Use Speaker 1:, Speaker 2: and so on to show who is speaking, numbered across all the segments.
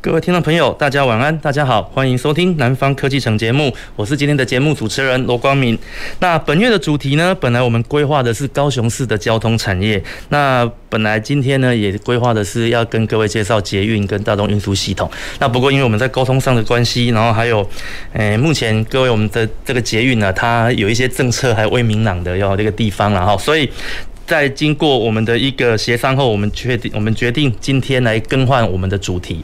Speaker 1: 各位听众朋友，大家晚安，大家好，欢迎收听南方科技城节目，我是今天的节目主持人罗光明。那本月的主题呢，本来我们规划的是高雄市的交通产业，那本来今天呢也规划的是要跟各位介绍捷运跟大众运输系统。那不过因为我们在沟通上的关系，然后还有，诶、目呃前各位我们的这个捷运呢、它有一些政策还未明朗的要这个地方然后所以在经过我们的一个协商后，我们确定，我们决定今天来更换我们的主题。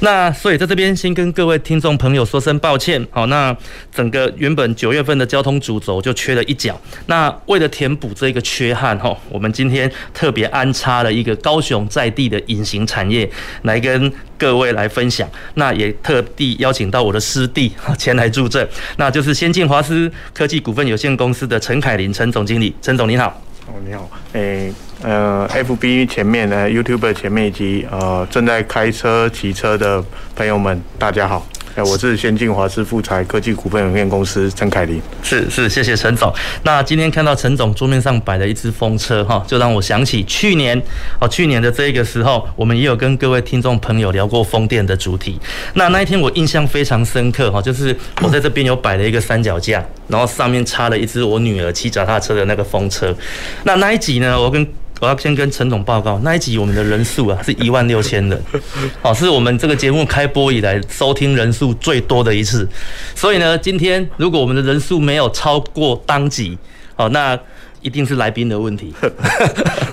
Speaker 1: 那所以在这边先跟各位听众朋友说声抱歉，好，那整个原本九月份的交通主轴就缺了一角，那为了填补这个缺憾，哈，我们今天特别安插了一个高雄在地的隐形产业来跟各位来分享，那也特地邀请到我的师弟哈前来助阵，那就是先进华思科技股份有限公司的陈凯琳陈总经理，陈总您好。
Speaker 2: 哦，你好，诶、呃，FB 前面呢，YouTube 前面以及呃正在开车、骑车的朋友们，大家好，诶、我是先进华师富财科技股份有限公司陈凯琳。
Speaker 1: 是是，谢谢陈总。那今天看到陈总桌面上摆了一只风车哈，就让我想起去年哦，去年的这个时候，我们也有跟各位听众朋友聊过风电的主题。那那一天我印象非常深刻哈，就是我在这边有摆了一个三脚架，然后上面插了一只我女儿骑脚踏车的那个风车。那那一集呢，我跟我要先跟陈总报告，那一集我们的人数啊是一万六千 人，好、是我们这个节目开播以来收听人数最多的一次。所以呢，今天如果我们的人数没有超过当集，好、那一定是来宾的问 题。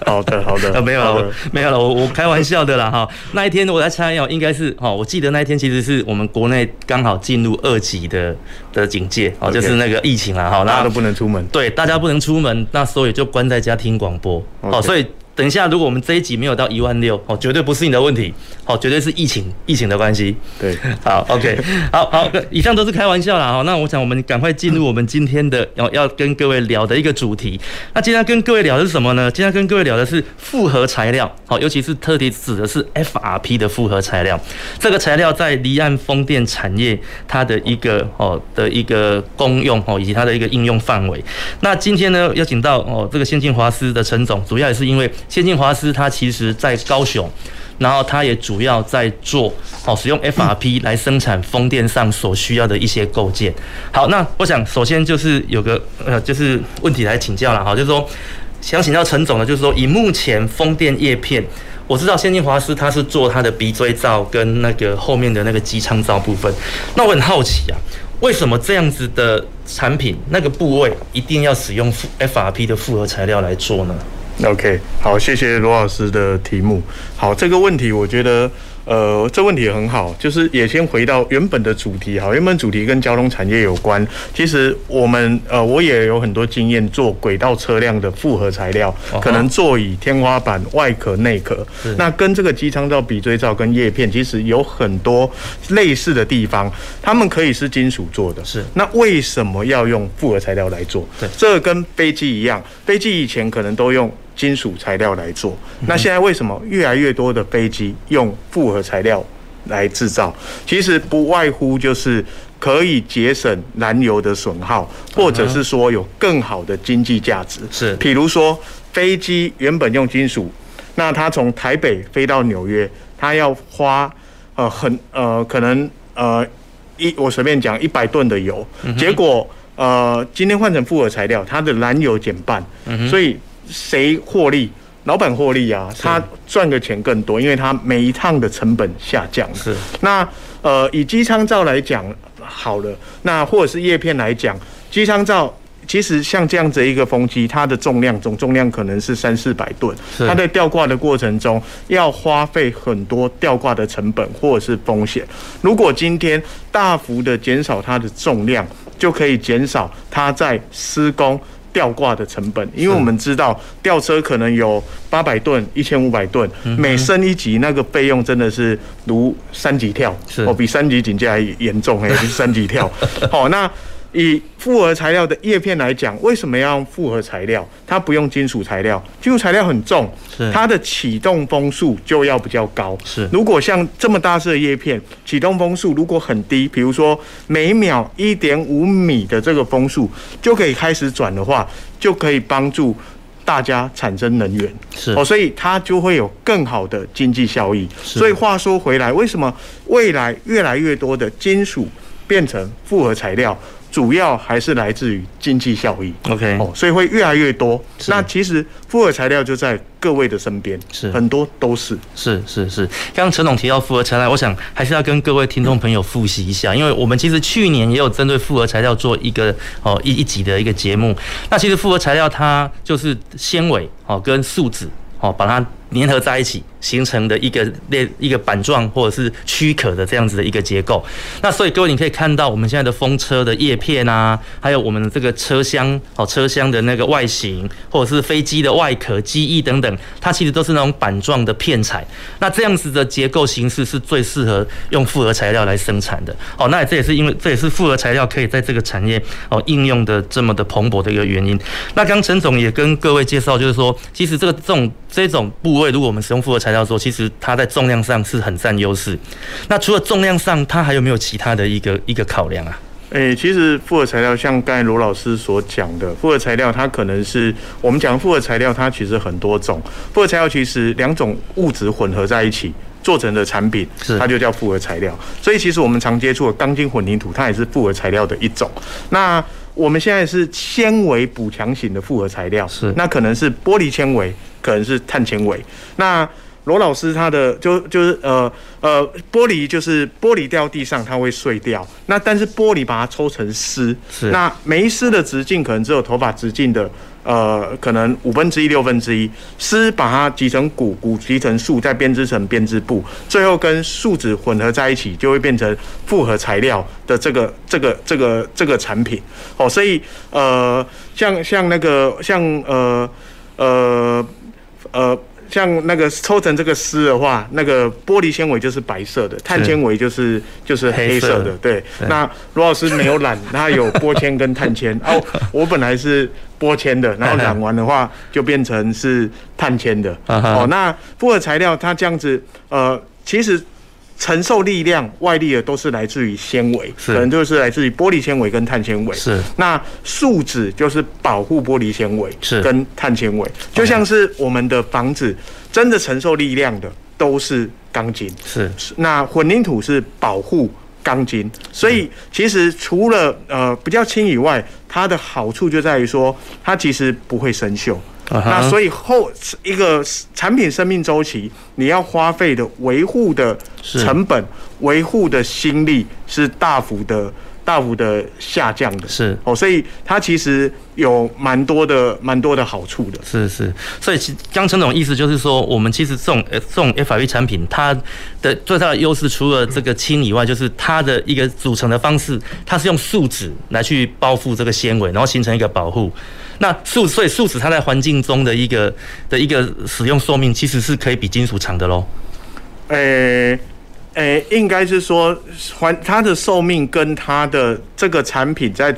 Speaker 2: 好的，好的，
Speaker 1: 呃，没有了，
Speaker 2: 好的
Speaker 1: 我没有了，我我开玩笑的啦哈。那一天我在猜哦，应该是哈，我记得那一天其实是我们国内刚好进入二级的的警戒哦，
Speaker 2: OK
Speaker 1: 就是那个疫情啦哈，
Speaker 2: 大
Speaker 1: 那
Speaker 2: 家都不能出门。
Speaker 1: 对，大家不能出门，那所以就关在家听广播。好、
Speaker 2: OK
Speaker 1: 所以等一下，如果我们这一集没有到一万六，哦，绝对不是你的问题，好、绝对是疫情疫情的关系。
Speaker 2: 对，
Speaker 1: 好，OK，好好，以上都是开玩笑啦。好，那我想我们赶快进入我们今天的哦要要跟各位聊的一个主题。那今天要跟各位聊的是什么呢？今天要跟各位聊的是复合材料，好，尤其是特地指的是 FRP 的复合材料。这个材料在离岸风电产业它的一个哦的一个功用哦，以及它的一个应用范围。那今天呢，邀请到哦这个先进华斯的陈总，主要也是因为先进华斯它其实在高雄。然后它也主要在做哦，使用 FRP 来生产风电上所需要的一些构件。好，那我想首先就是有个呃，就是问题来请教了哈，就是说想请教陈总呢，就是说以目前风电叶片，我知道先进华师它是做它的鼻锥罩跟那个后面的那个机舱罩部分，那我很好奇啊，为什么这样子的产品那个部位一定要使用复 FRP 的复合材料来做呢？
Speaker 2: OK，好，谢谢罗老师的题目。好，这个问题我觉得，呃，这问题也很好，就是也先回到原本的主题。好，原本主题跟交通产业有关。其实我们，呃，我也有很多经验做轨道车辆的复合材料，可能座椅、天花板、外壳、内壳。那跟这个机舱罩、鼻锥罩跟叶片，其实有很多类似的地方，它们可以是金属做的。
Speaker 1: 是
Speaker 2: 那为什么要用复合材料来做？
Speaker 1: 对
Speaker 2: 这个跟飞机一样，飞机以前可能都用金属材料来做，
Speaker 1: 嗯
Speaker 2: 那现在为什么越来越多的飞机用复合材料来制造？其实不外乎就是。可以节省燃油的损耗，或
Speaker 1: 嗯
Speaker 2: 者是说有更好的经济价值。
Speaker 1: 是
Speaker 2: 譬如说飞机原本用金属，那它从台北飞到纽约，它要花呃很呃可能呃一我随便讲一百吨的油，结果呃今天换成复合材料，它的燃油减半，所以谁获利？老板获利啊，他赚的钱更多，因为他每一趟的成本下降了。
Speaker 1: 是
Speaker 2: 那呃，以机舱罩来讲好了，那或者是叶片来讲，机舱罩其实像这样子一个风机，它的重量总重量可能是三四百吨，
Speaker 1: 是
Speaker 2: 它在吊挂的过程中要花费很多吊挂的成本或者是风险。如果今天大幅的减少它的重量，就可以减少它在施工。吊挂的成本，因为我们知道吊车可能有八百吨、一千五百吨，每升一级那个费用真的是如三级跳，
Speaker 1: 是
Speaker 2: 哦，比三级警戒还严重哎、比三级跳。好、那。以复合材料的叶片来讲，为什么要用复合材料？它不用金属材料，金属材料很重
Speaker 1: 是，
Speaker 2: 它的启动风速就要比较高。
Speaker 1: 是
Speaker 2: 如果像这么大只的叶片，启动风速如果很低，比如说每秒一点五米的这个风速就可以开始转的话，就可以帮助大家产生能源。
Speaker 1: 是
Speaker 2: 哦，所以它就会有更好的经济效益。所以话说回来，为什么未来越来越多的金属变成复合材料？主要还是来自于经济效益
Speaker 1: OK
Speaker 2: 哦，所以会越来越多。那其实复合材料就在各位的身边，
Speaker 1: 是
Speaker 2: 很多都是。
Speaker 1: 是是是，刚刚陈总提到复合材料，我想还是要跟各位听众朋友复习一下，因为我们其实去年也有针对复合材料做一个哦一一集的一个节目。那其实复合材料它就是纤维哦跟树脂哦把它粘合在一起形成的一个类一个板状或者是躯壳的这样子的一个结构。那所以各位你可以看到我们现在的风车的叶片啊，还有我们的这个车厢哦车厢的那个外形，或者是飞机的外壳、机翼等等，它其实都是那种板状的片材。那这样子的结构形式是最适合用复合材料来生产的。哦，那这也是因为这也是复合材料可以在这个产业哦应用的这么的蓬勃的一个原因。那刚陈总也跟各位介绍，就是说，其实这个这种这种部位，如果我们使用复合材料的时候，其实它在重量上是很占优势。那除了重量上，它还有没有其他的一个一个考量啊？
Speaker 2: 诶、其实复合材料像刚才罗老师所讲的，复合材料它可能是我们讲复合材料，它其实很多种。复合材料其实两种物质混合在一起做成的产品
Speaker 1: 是，
Speaker 2: 它就叫复合材料。所以其实我们常接触的钢筋混凝土，它也是复合材料的一种。那我们现在是纤维补强型的复合材料，
Speaker 1: 是
Speaker 2: 那可能是玻璃纤维，可能是碳纤维。那罗老师他的就就是呃呃玻璃就是玻璃掉地上它会碎掉，那但是玻璃把它抽成丝，
Speaker 1: 是
Speaker 2: 那每一丝的直径可能只有头发直径的呃可能五分之一六分之一，丝把它集成骨，骨集成束，再编织成编织布，最后跟树脂混合在一起，就会变成复合材料的这个这个这个这个产品哦，所以呃像像那个像呃呃呃，像那个抽成这个丝的话，那个玻璃纤维就是白色的，碳纤维就是就是
Speaker 1: 黑
Speaker 2: 黑色
Speaker 1: 色
Speaker 2: 的
Speaker 1: 的。
Speaker 2: 对，那罗老师没有染，他有玻纤跟碳 纤。哦，我本来是玻纤的，然后染完的话就变成是碳纤的。
Speaker 1: 啊哈
Speaker 2: 哦，那复合材料它这样子，呃，其实。承受力量、外力的都是来自于纤维，
Speaker 1: 是
Speaker 2: 可能就是来自于玻璃纤维跟碳纤维。
Speaker 1: 是
Speaker 2: 那树脂就是保护玻璃纤维，
Speaker 1: 是
Speaker 2: 跟碳纤维，就像是我们的房子真的承受力量的都是钢筋，
Speaker 1: 是
Speaker 2: 那混凝土是保护钢筋，所以其实除了呃比较轻以外，它的好处就在于说它其实不会生锈。
Speaker 1: 啊哈
Speaker 2: 那所以后一个产品生命周期，你要花费的维护的
Speaker 1: 是
Speaker 2: 成本、维护的心力是大幅的、大幅的下降的。
Speaker 1: 是
Speaker 2: 哦，所以它其实有蛮多的、蛮多的好处的。
Speaker 1: 是是，所以其刚陈总意思就是说，我们其实这种呃这种 FRV 产品，它的最大的优势除了这个氢以外，就是它的一个组成的方式，它是用树脂来去包覆这个纤维，然后形成一个保护。那树所以树脂它在环境中的一个的一个使用寿命，其实是可以比金属长的喽。
Speaker 2: 诶、诶、呃应该是说还它的寿命跟它的这个产品在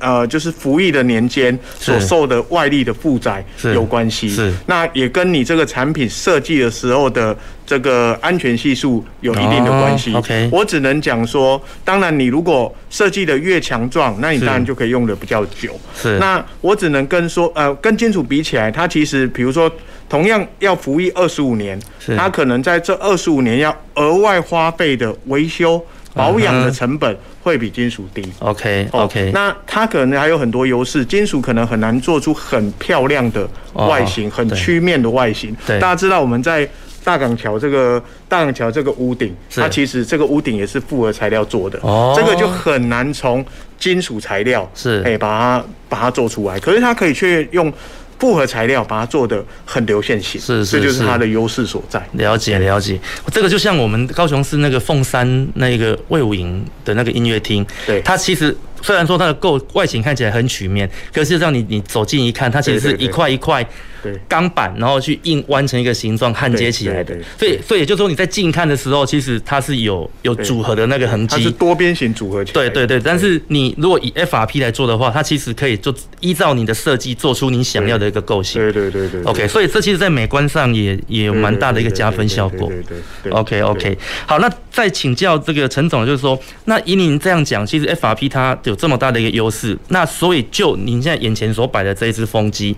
Speaker 2: 呃，就是服役的年间所
Speaker 1: 是
Speaker 2: 受的外力的负载
Speaker 1: 是
Speaker 2: 有关系。
Speaker 1: 是
Speaker 2: 那也跟你这个产品设计的时候的这个安全系数有一定的关系。
Speaker 1: 哦，OK
Speaker 2: 我只能讲说，当然你如果设计的越强壮，那你
Speaker 1: 是
Speaker 2: 当然就可以用的比较久。
Speaker 1: 是
Speaker 2: 那我只能跟说，呃，跟金属比起来，它其实比如说同样要服役二十五年
Speaker 1: 是，
Speaker 2: 它可能在这二十五年要额外花费的维修保养的成本会比金属低。
Speaker 1: OK
Speaker 2: 哦
Speaker 1: OK，、
Speaker 2: 那它可能还有很多优势，金属可能很难做出很漂亮的外形，
Speaker 1: 哦
Speaker 2: 很
Speaker 1: 对
Speaker 2: 曲面的外形。
Speaker 1: 对
Speaker 2: 大家知道我们在大港桥这个大港桥这个屋顶，
Speaker 1: 是
Speaker 2: 它其实这个屋顶也是复合材料做的，
Speaker 1: 哦
Speaker 2: 这个就很难从金属材料
Speaker 1: 是
Speaker 2: 哎、把它把它做出来，可是它可以却用。复合材料把它做的很流线型，
Speaker 1: 是是
Speaker 2: 这就是
Speaker 1: 是
Speaker 2: 它的优势所在。
Speaker 1: 了解了解，这个就像我们高雄市那个凤山那个魏武营的那个音乐厅，
Speaker 2: 对
Speaker 1: 它其实虽然说它的构外形看起来很曲面，可是让你你走近一看，它其实
Speaker 2: 对
Speaker 1: 是
Speaker 2: 对对
Speaker 1: 一块一块
Speaker 2: 对
Speaker 1: 钢板，然后去硬弯成一个形状焊接起来的
Speaker 2: 对对。
Speaker 1: 所以所以也就是说你在近看的时候，其实它是有有组合的那个痕
Speaker 2: 它是
Speaker 1: 迹。
Speaker 2: 多边形组合起来
Speaker 1: 对
Speaker 2: 的。
Speaker 1: 对对，但是你如果以 FRP 来做的话，它其实可以就依照你的设计做出你想要的一个构型。
Speaker 2: 对对对对对
Speaker 1: OK，所以这其实在美观上也也有蛮大的一个加分效果
Speaker 2: 对。对对对对对对
Speaker 1: OK OK，好，那再请教这个陈总，就是说，那以您这样讲，其实 FRP 它有这么大的一个优势，那所以就您现在眼前所摆的这一只风机，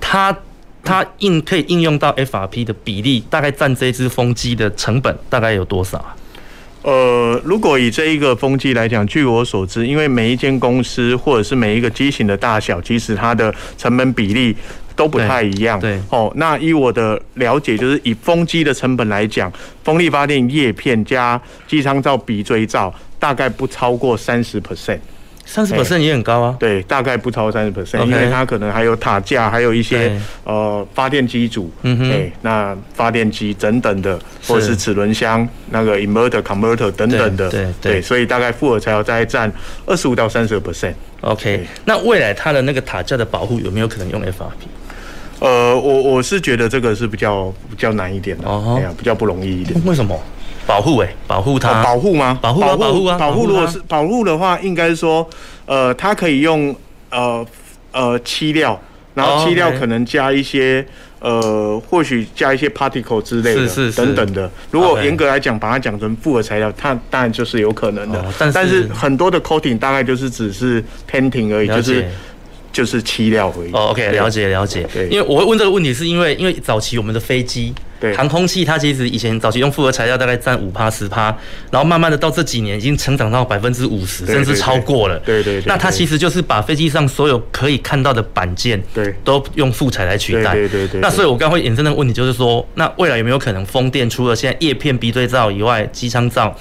Speaker 1: 它它应可以应用到 FRP 的比例，大概占这一只风机的成本大概有多少啊？
Speaker 2: 呃，如果以这一个风机来讲，据我所知，因为每一间公司或者是每一个机型的大小，其实它的成本比例。都不太一样，
Speaker 1: 对对
Speaker 2: 哦。那以我的了解，就是以风机的成本来讲，风力发电叶片加机舱罩、鼻锥罩，大概不超过三十 percent。
Speaker 1: 三十 percent 也很高啊。
Speaker 2: 对，大概不超三十 percent，
Speaker 1: OK
Speaker 2: 因为它可能还有塔架，还有
Speaker 1: 对
Speaker 2: 一些呃发电机组，
Speaker 1: 嗯哼
Speaker 2: 哎那发电机等等的，或者
Speaker 1: 是
Speaker 2: 是齿轮箱、那个 inverter、converter 等等的，
Speaker 1: 对对对
Speaker 2: 所以大概复合材料大概占二十五到三十 percent。
Speaker 1: OK，
Speaker 2: 对
Speaker 1: 那未来它的那个塔架的保护有没有可能用 FRP？
Speaker 2: 呃，我我是觉得这个是比较比较难一点的，
Speaker 1: 哦吼
Speaker 2: 哎呀，比较不容易一点。
Speaker 1: 为什么？保护哎、保护它、
Speaker 2: 哦保护吗？
Speaker 1: 保护啊保护啊
Speaker 2: 保
Speaker 1: 保护啊
Speaker 2: 护如果是保护的话，应该说，呃，它可以用呃呃漆料，然
Speaker 1: 哦
Speaker 2: 后漆料
Speaker 1: OK
Speaker 2: 可能加一些。呃，或许加一些 particle 之类
Speaker 1: 是
Speaker 2: 的，
Speaker 1: 是是
Speaker 2: 等等的。如果
Speaker 1: OK
Speaker 2: 严格来讲，把它讲成复合材料，它当然就是有可能的。
Speaker 1: 哦但是
Speaker 2: 很多的 coating 大概就是只是 painting 而已，
Speaker 1: 了
Speaker 2: 就
Speaker 1: 解
Speaker 2: 是就是漆料而已。
Speaker 1: 哦，OK，
Speaker 2: 对
Speaker 1: 了。解了解。
Speaker 2: 对
Speaker 1: 因为我会问这个问题，是因为因为早期我们的飞机
Speaker 2: 对、
Speaker 1: 航空器，它其实以前早期用复合材料大概占五趴十趴，然后慢慢的到这几年已经成长到百分之五十，
Speaker 2: 对
Speaker 1: 甚至
Speaker 2: 对
Speaker 1: 超过了。
Speaker 2: 对对对对
Speaker 1: 那它其实就是把飞机上所有可以看到的板件，
Speaker 2: 对
Speaker 1: 都用复材来取代。
Speaker 2: 对对对对对
Speaker 1: 那所以我刚刚会衍生的问题就是说，那未来有没有可能风电除了现在叶片鼻对罩以外，机舱罩？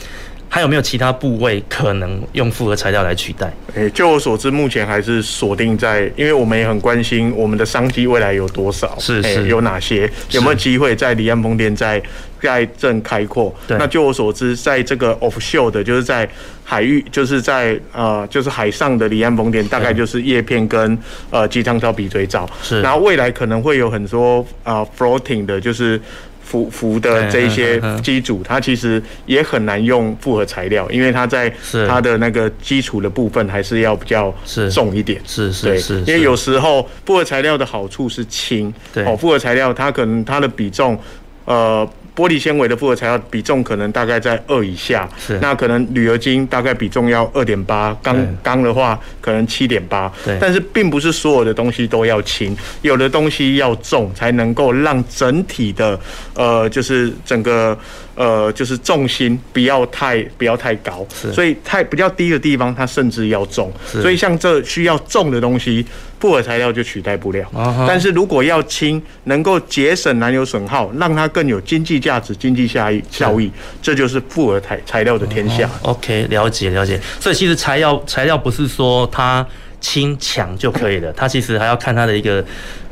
Speaker 1: 还有没有其他部位可能用复合材料来取代？
Speaker 2: 诶、就我所知，目前还是锁定在，因为我们也很关心我们的商机未来有多少，
Speaker 1: 是
Speaker 2: 诶
Speaker 1: 是
Speaker 2: 有哪些，有没有机会在离岸风电在在正开阔？
Speaker 1: 对
Speaker 2: 那就我所知，在这个 offshore 的，就是在海域，就是在呃，就是海上的离岸风电，大概就是叶片跟呃机舱罩、鼻锥罩，
Speaker 1: 是
Speaker 2: 然后未来可能会有很多啊、呃 floating 的，就是。浮浮的这一些
Speaker 1: 嗯嗯嗯嗯
Speaker 2: 机组，它其实也很难用复合材料，因为它在
Speaker 1: 是
Speaker 2: 它的那个基础的部分还是要比较
Speaker 1: 是
Speaker 2: 重一点。
Speaker 1: 是是
Speaker 2: 对，
Speaker 1: 是，
Speaker 2: 因为有时候复合材料的好处是轻，
Speaker 1: 对
Speaker 2: 哦，复合材料它可能它的比重，呃，玻璃纤维的复合材料比重可能大概在二以下，
Speaker 1: 是
Speaker 2: 那可能铝合金大概比重要二点八，钢
Speaker 1: 对
Speaker 2: 钢的话可能七点八
Speaker 1: 对，
Speaker 2: 但是并不是所有的东西都要轻，有的东西要重才能够让整体的呃，就是整个呃，就是重心不要太不要太高
Speaker 1: 是，
Speaker 2: 所以太比较低的地方它甚至要重，
Speaker 1: 是
Speaker 2: 所以像这需要重的东西，复合材料就取代不了。
Speaker 1: 啊哈
Speaker 2: 但是如果要轻，能够节省燃油损耗，让它更有经济价值、经济效益效益，这就是复合材材料的天
Speaker 1: 啊
Speaker 2: 下。
Speaker 1: OK，了解了解。所以其实材料材料不是说它轻强就可以了，它其实还要看它的一个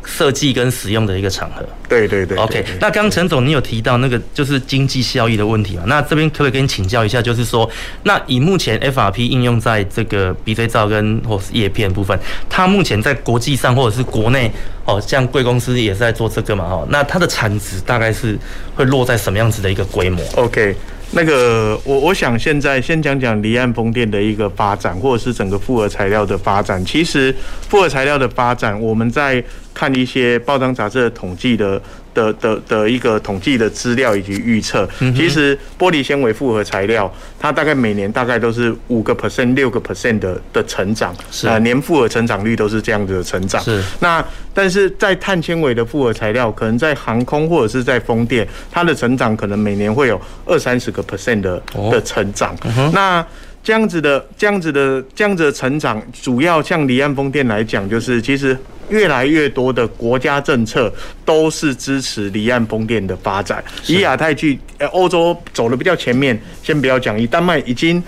Speaker 1: 设计跟使用的一个场合。
Speaker 2: 对对对
Speaker 1: OK，
Speaker 2: 对
Speaker 1: 那刚刚陈总你有提到那个就是经济效益的问题嘛？那这边可不可以跟你请教一下？就是说，那以目前 FRP 应用在这个鼻锥罩跟或是叶片部分，它目前在国际上或者是国内哦，像贵公司也是在做这个嘛哦，那它的产值大概是会落在什么样子的一个规模？
Speaker 2: OK，那个我我想现在先讲讲离岸风电的一个发展，或者是整个复合材料的发展。其实复合材料的发展，我们在看一些报章杂志的统计的。的的的一个统计的资料以及预测，其实玻璃纤维复合材
Speaker 1: 嗯
Speaker 2: 料，它大概每年大概都是五个 percent、六个 percent 的的成长，
Speaker 1: 是
Speaker 2: 呃年复合成长率都是这样子的成长。
Speaker 1: 是
Speaker 2: 那但是在碳纤维的复合材料，可能在航空或者是在风电，它的成长可能每年会有二三十个 percent 的
Speaker 1: 哦
Speaker 2: 的成长。那这样子的、这样子的、这样子的成长，主要像离岸风电来讲，就是其实越来越多的国家政策都是支持离岸风电的发展。以亚太去，呃，欧洲走的比较前面，先不要讲，以丹麦已经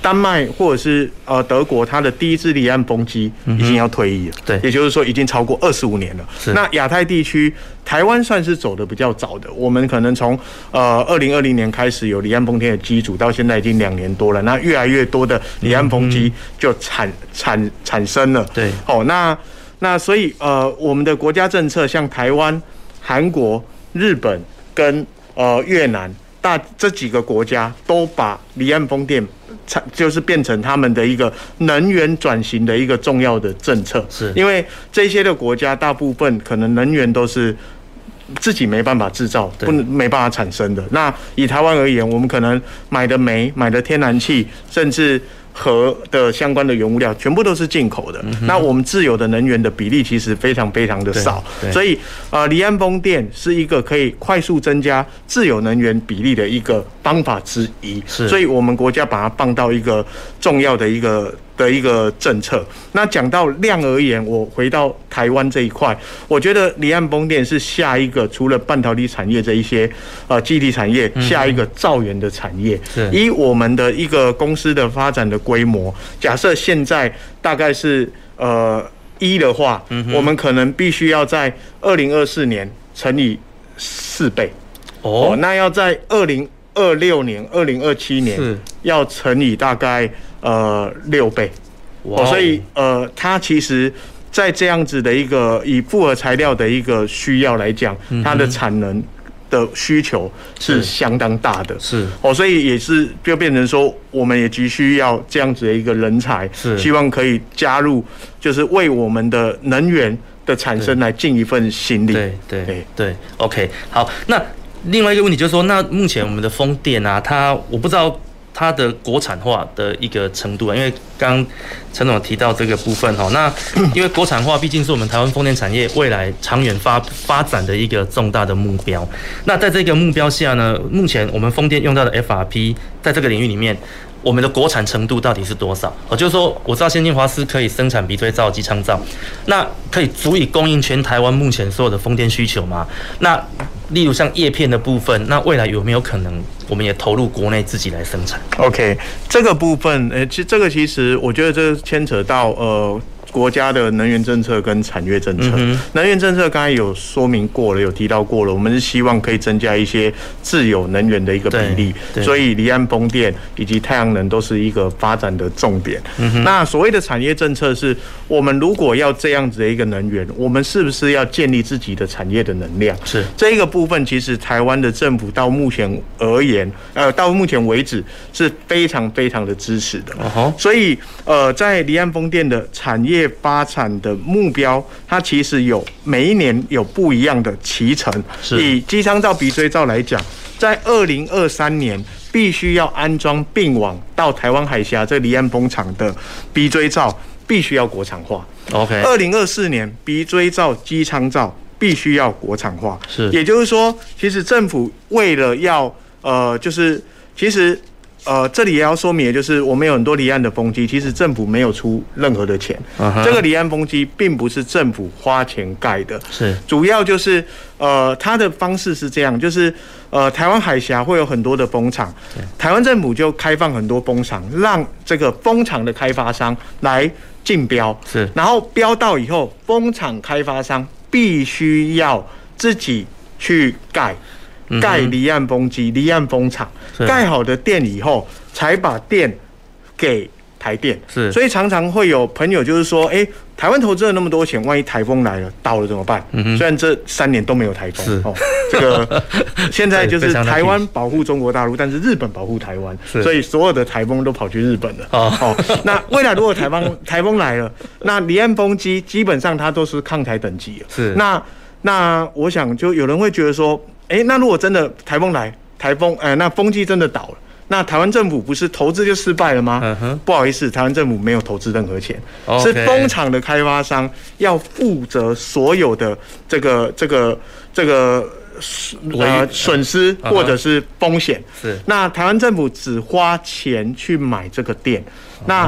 Speaker 2: 丹麦或者是呃德国，它的第一支离岸风机已经要退役了，
Speaker 1: 嗯对
Speaker 2: 也就是说已经超过二十五年了
Speaker 1: 是。
Speaker 2: 那亚太地区，台湾算是走的比较早的，我们可能从呃二零二零年开始有离岸风电的机组，到现在已经两年多了，那越来越多的离岸风机就产、产产生了，
Speaker 1: 嗯对
Speaker 2: 哦，那那所以呃，我们的国家政策像台湾、韩国、日本跟呃越南大这几个国家都把离岸风电产就是变成他们的一个能源转型的一个重要的政策，
Speaker 1: 是
Speaker 2: 因为这些的国家大部分可能能源都是自己没办法制造，
Speaker 1: 对
Speaker 2: 不能没办法产生的。那以台湾而言，我们可能买的煤、买的天然气，甚至核的相关的原物料，全部都是进口的。那我们自有的能源的比例其实非常非常的少
Speaker 1: 嗯对，对
Speaker 2: 所以呃，离岸风电是一个可以快速增加自有能源比例的一个方法之一。
Speaker 1: 是
Speaker 2: 所以我们国家把它放到一个重要的一个的一个政策。那讲到量而言，我回到台湾这一块，我觉得离岸风电是下一个除了半导体产业这一些呃基体产业，
Speaker 1: 嗯
Speaker 2: 下一个造源的产业。
Speaker 1: 是
Speaker 2: 以我们的一个公司的发展的规模，假设现在大概是呃一的话，
Speaker 1: 嗯
Speaker 2: 我们可能必须要在二零二四年乘以四倍。哦，
Speaker 1: 哦，
Speaker 2: 那要在二零二六年、二零二七年
Speaker 1: 是
Speaker 2: 要乘以大概呃六倍
Speaker 1: 哇
Speaker 2: 哦，所以呃，它其实。在这样子的一个以复合材料的一个需要来讲，
Speaker 1: 嗯
Speaker 2: 它的产能的需求
Speaker 1: 是
Speaker 2: 是相当大的。
Speaker 1: 是
Speaker 2: 哦，所以也是就变成说，我们也急需要这样子的一个人才，
Speaker 1: 是
Speaker 2: 希望可以加入，就是为我们的能源的产生来尽一份心力。
Speaker 1: 对对对，OK，好，那另外一个问题就是说，那目前我们的风电啊，它我不知道它的国产化的一个程度啊，因为刚刚陈总有提到这个部分哈，那因为国产化毕竟是我们台湾风电产业未来长远发发展的一个重大的目标。那在这个目标下呢，目前我们风电用到的 FRP 在这个领域里面。我们的国产程度到底是多少？我就是说，我知道先进华斯可以生产鼻推罩、机舱罩，那可以足以供应全台湾目前所有的风电需求吗？那例如像叶片的部分，那未来有没有可能我们也投入国内自己来生产？
Speaker 2: OK，这个部分，呃，其这个其实我觉得这牵扯到呃国家的能源政策跟产业政策。
Speaker 1: 嗯
Speaker 2: 能源政策刚才有说明过了，有提到过了，我们是希望可以增加一些自有能源的一个比例
Speaker 1: 对对，
Speaker 2: 所以离岸风电以及太阳能都是一个发展的重点。
Speaker 1: 嗯
Speaker 2: 那所谓的产业政策是，我们如果要这样子的一个能源，我们是不是要建立自己的产业的能量？
Speaker 1: 是
Speaker 2: 这个部分，其实台湾的政府到目前而言，呃，到目前为止是非常非常的支持的。
Speaker 1: 哦吼，
Speaker 2: 所以，呃，在离岸风电的产业发展的目标，它其实有每一年有不一样的期程。
Speaker 1: 是
Speaker 2: 以机舱罩、鼻锥罩来讲，在二零二三年必须要安装并网到台湾海峡这离岸风场的鼻锥罩，必须要国产化。
Speaker 1: OK，
Speaker 2: 二零二四年鼻锥罩、机舱罩必须要国产化，
Speaker 1: 是
Speaker 2: 也就是说，其实政府为了要呃，就是其实呃，这里也要说明，也就是我们有很多离岸的风机，其实政府没有出任何的钱
Speaker 1: 嗯哼
Speaker 2: 这个离岸风机并不是政府花钱盖的，
Speaker 1: 是
Speaker 2: 主要就是呃，它的方式是这样，就是呃，台湾海峡会有很多的风场，台湾政府就开放很多风场，让这个风场的开发商来竞标，
Speaker 1: 是
Speaker 2: 然后标到以后，风场开发商必须要自己去盖。盖离岸风机、离岸风场
Speaker 1: 嗯是，
Speaker 2: 盖好的电以后，才把电给台电。
Speaker 1: 是
Speaker 2: 所以常常会有朋友就是说，哎、台湾投资了那么多钱，万一台风来了倒了怎么办？虽然这三年都没有台风，
Speaker 1: 嗯是
Speaker 2: 哦，这个现在就
Speaker 1: 对非
Speaker 2: 是
Speaker 1: 常的
Speaker 2: 台湾保护中国大陆，但是日本保护台湾，
Speaker 1: 是
Speaker 2: 所以所有的台风都跑去日本了。
Speaker 1: 哦
Speaker 2: 哦，那未来如果台风 台风来了，那离岸风机基本上它都是抗台等级了。
Speaker 1: 是
Speaker 2: 那那我想就有人会觉得说，哎、那如果真的台风来，台风哎、那风机真的倒了。那台湾政府不是投资就失败了吗？
Speaker 1: 嗯哼
Speaker 2: 不好意思，台湾政府没有投资任何钱
Speaker 1: OK
Speaker 2: 是风场的开发商要负责所有的这个这个这个
Speaker 1: 违
Speaker 2: 呃损失
Speaker 1: 嗯哼
Speaker 2: 或者是风险。
Speaker 1: 是
Speaker 2: 那台湾政府只花钱去买这个电，那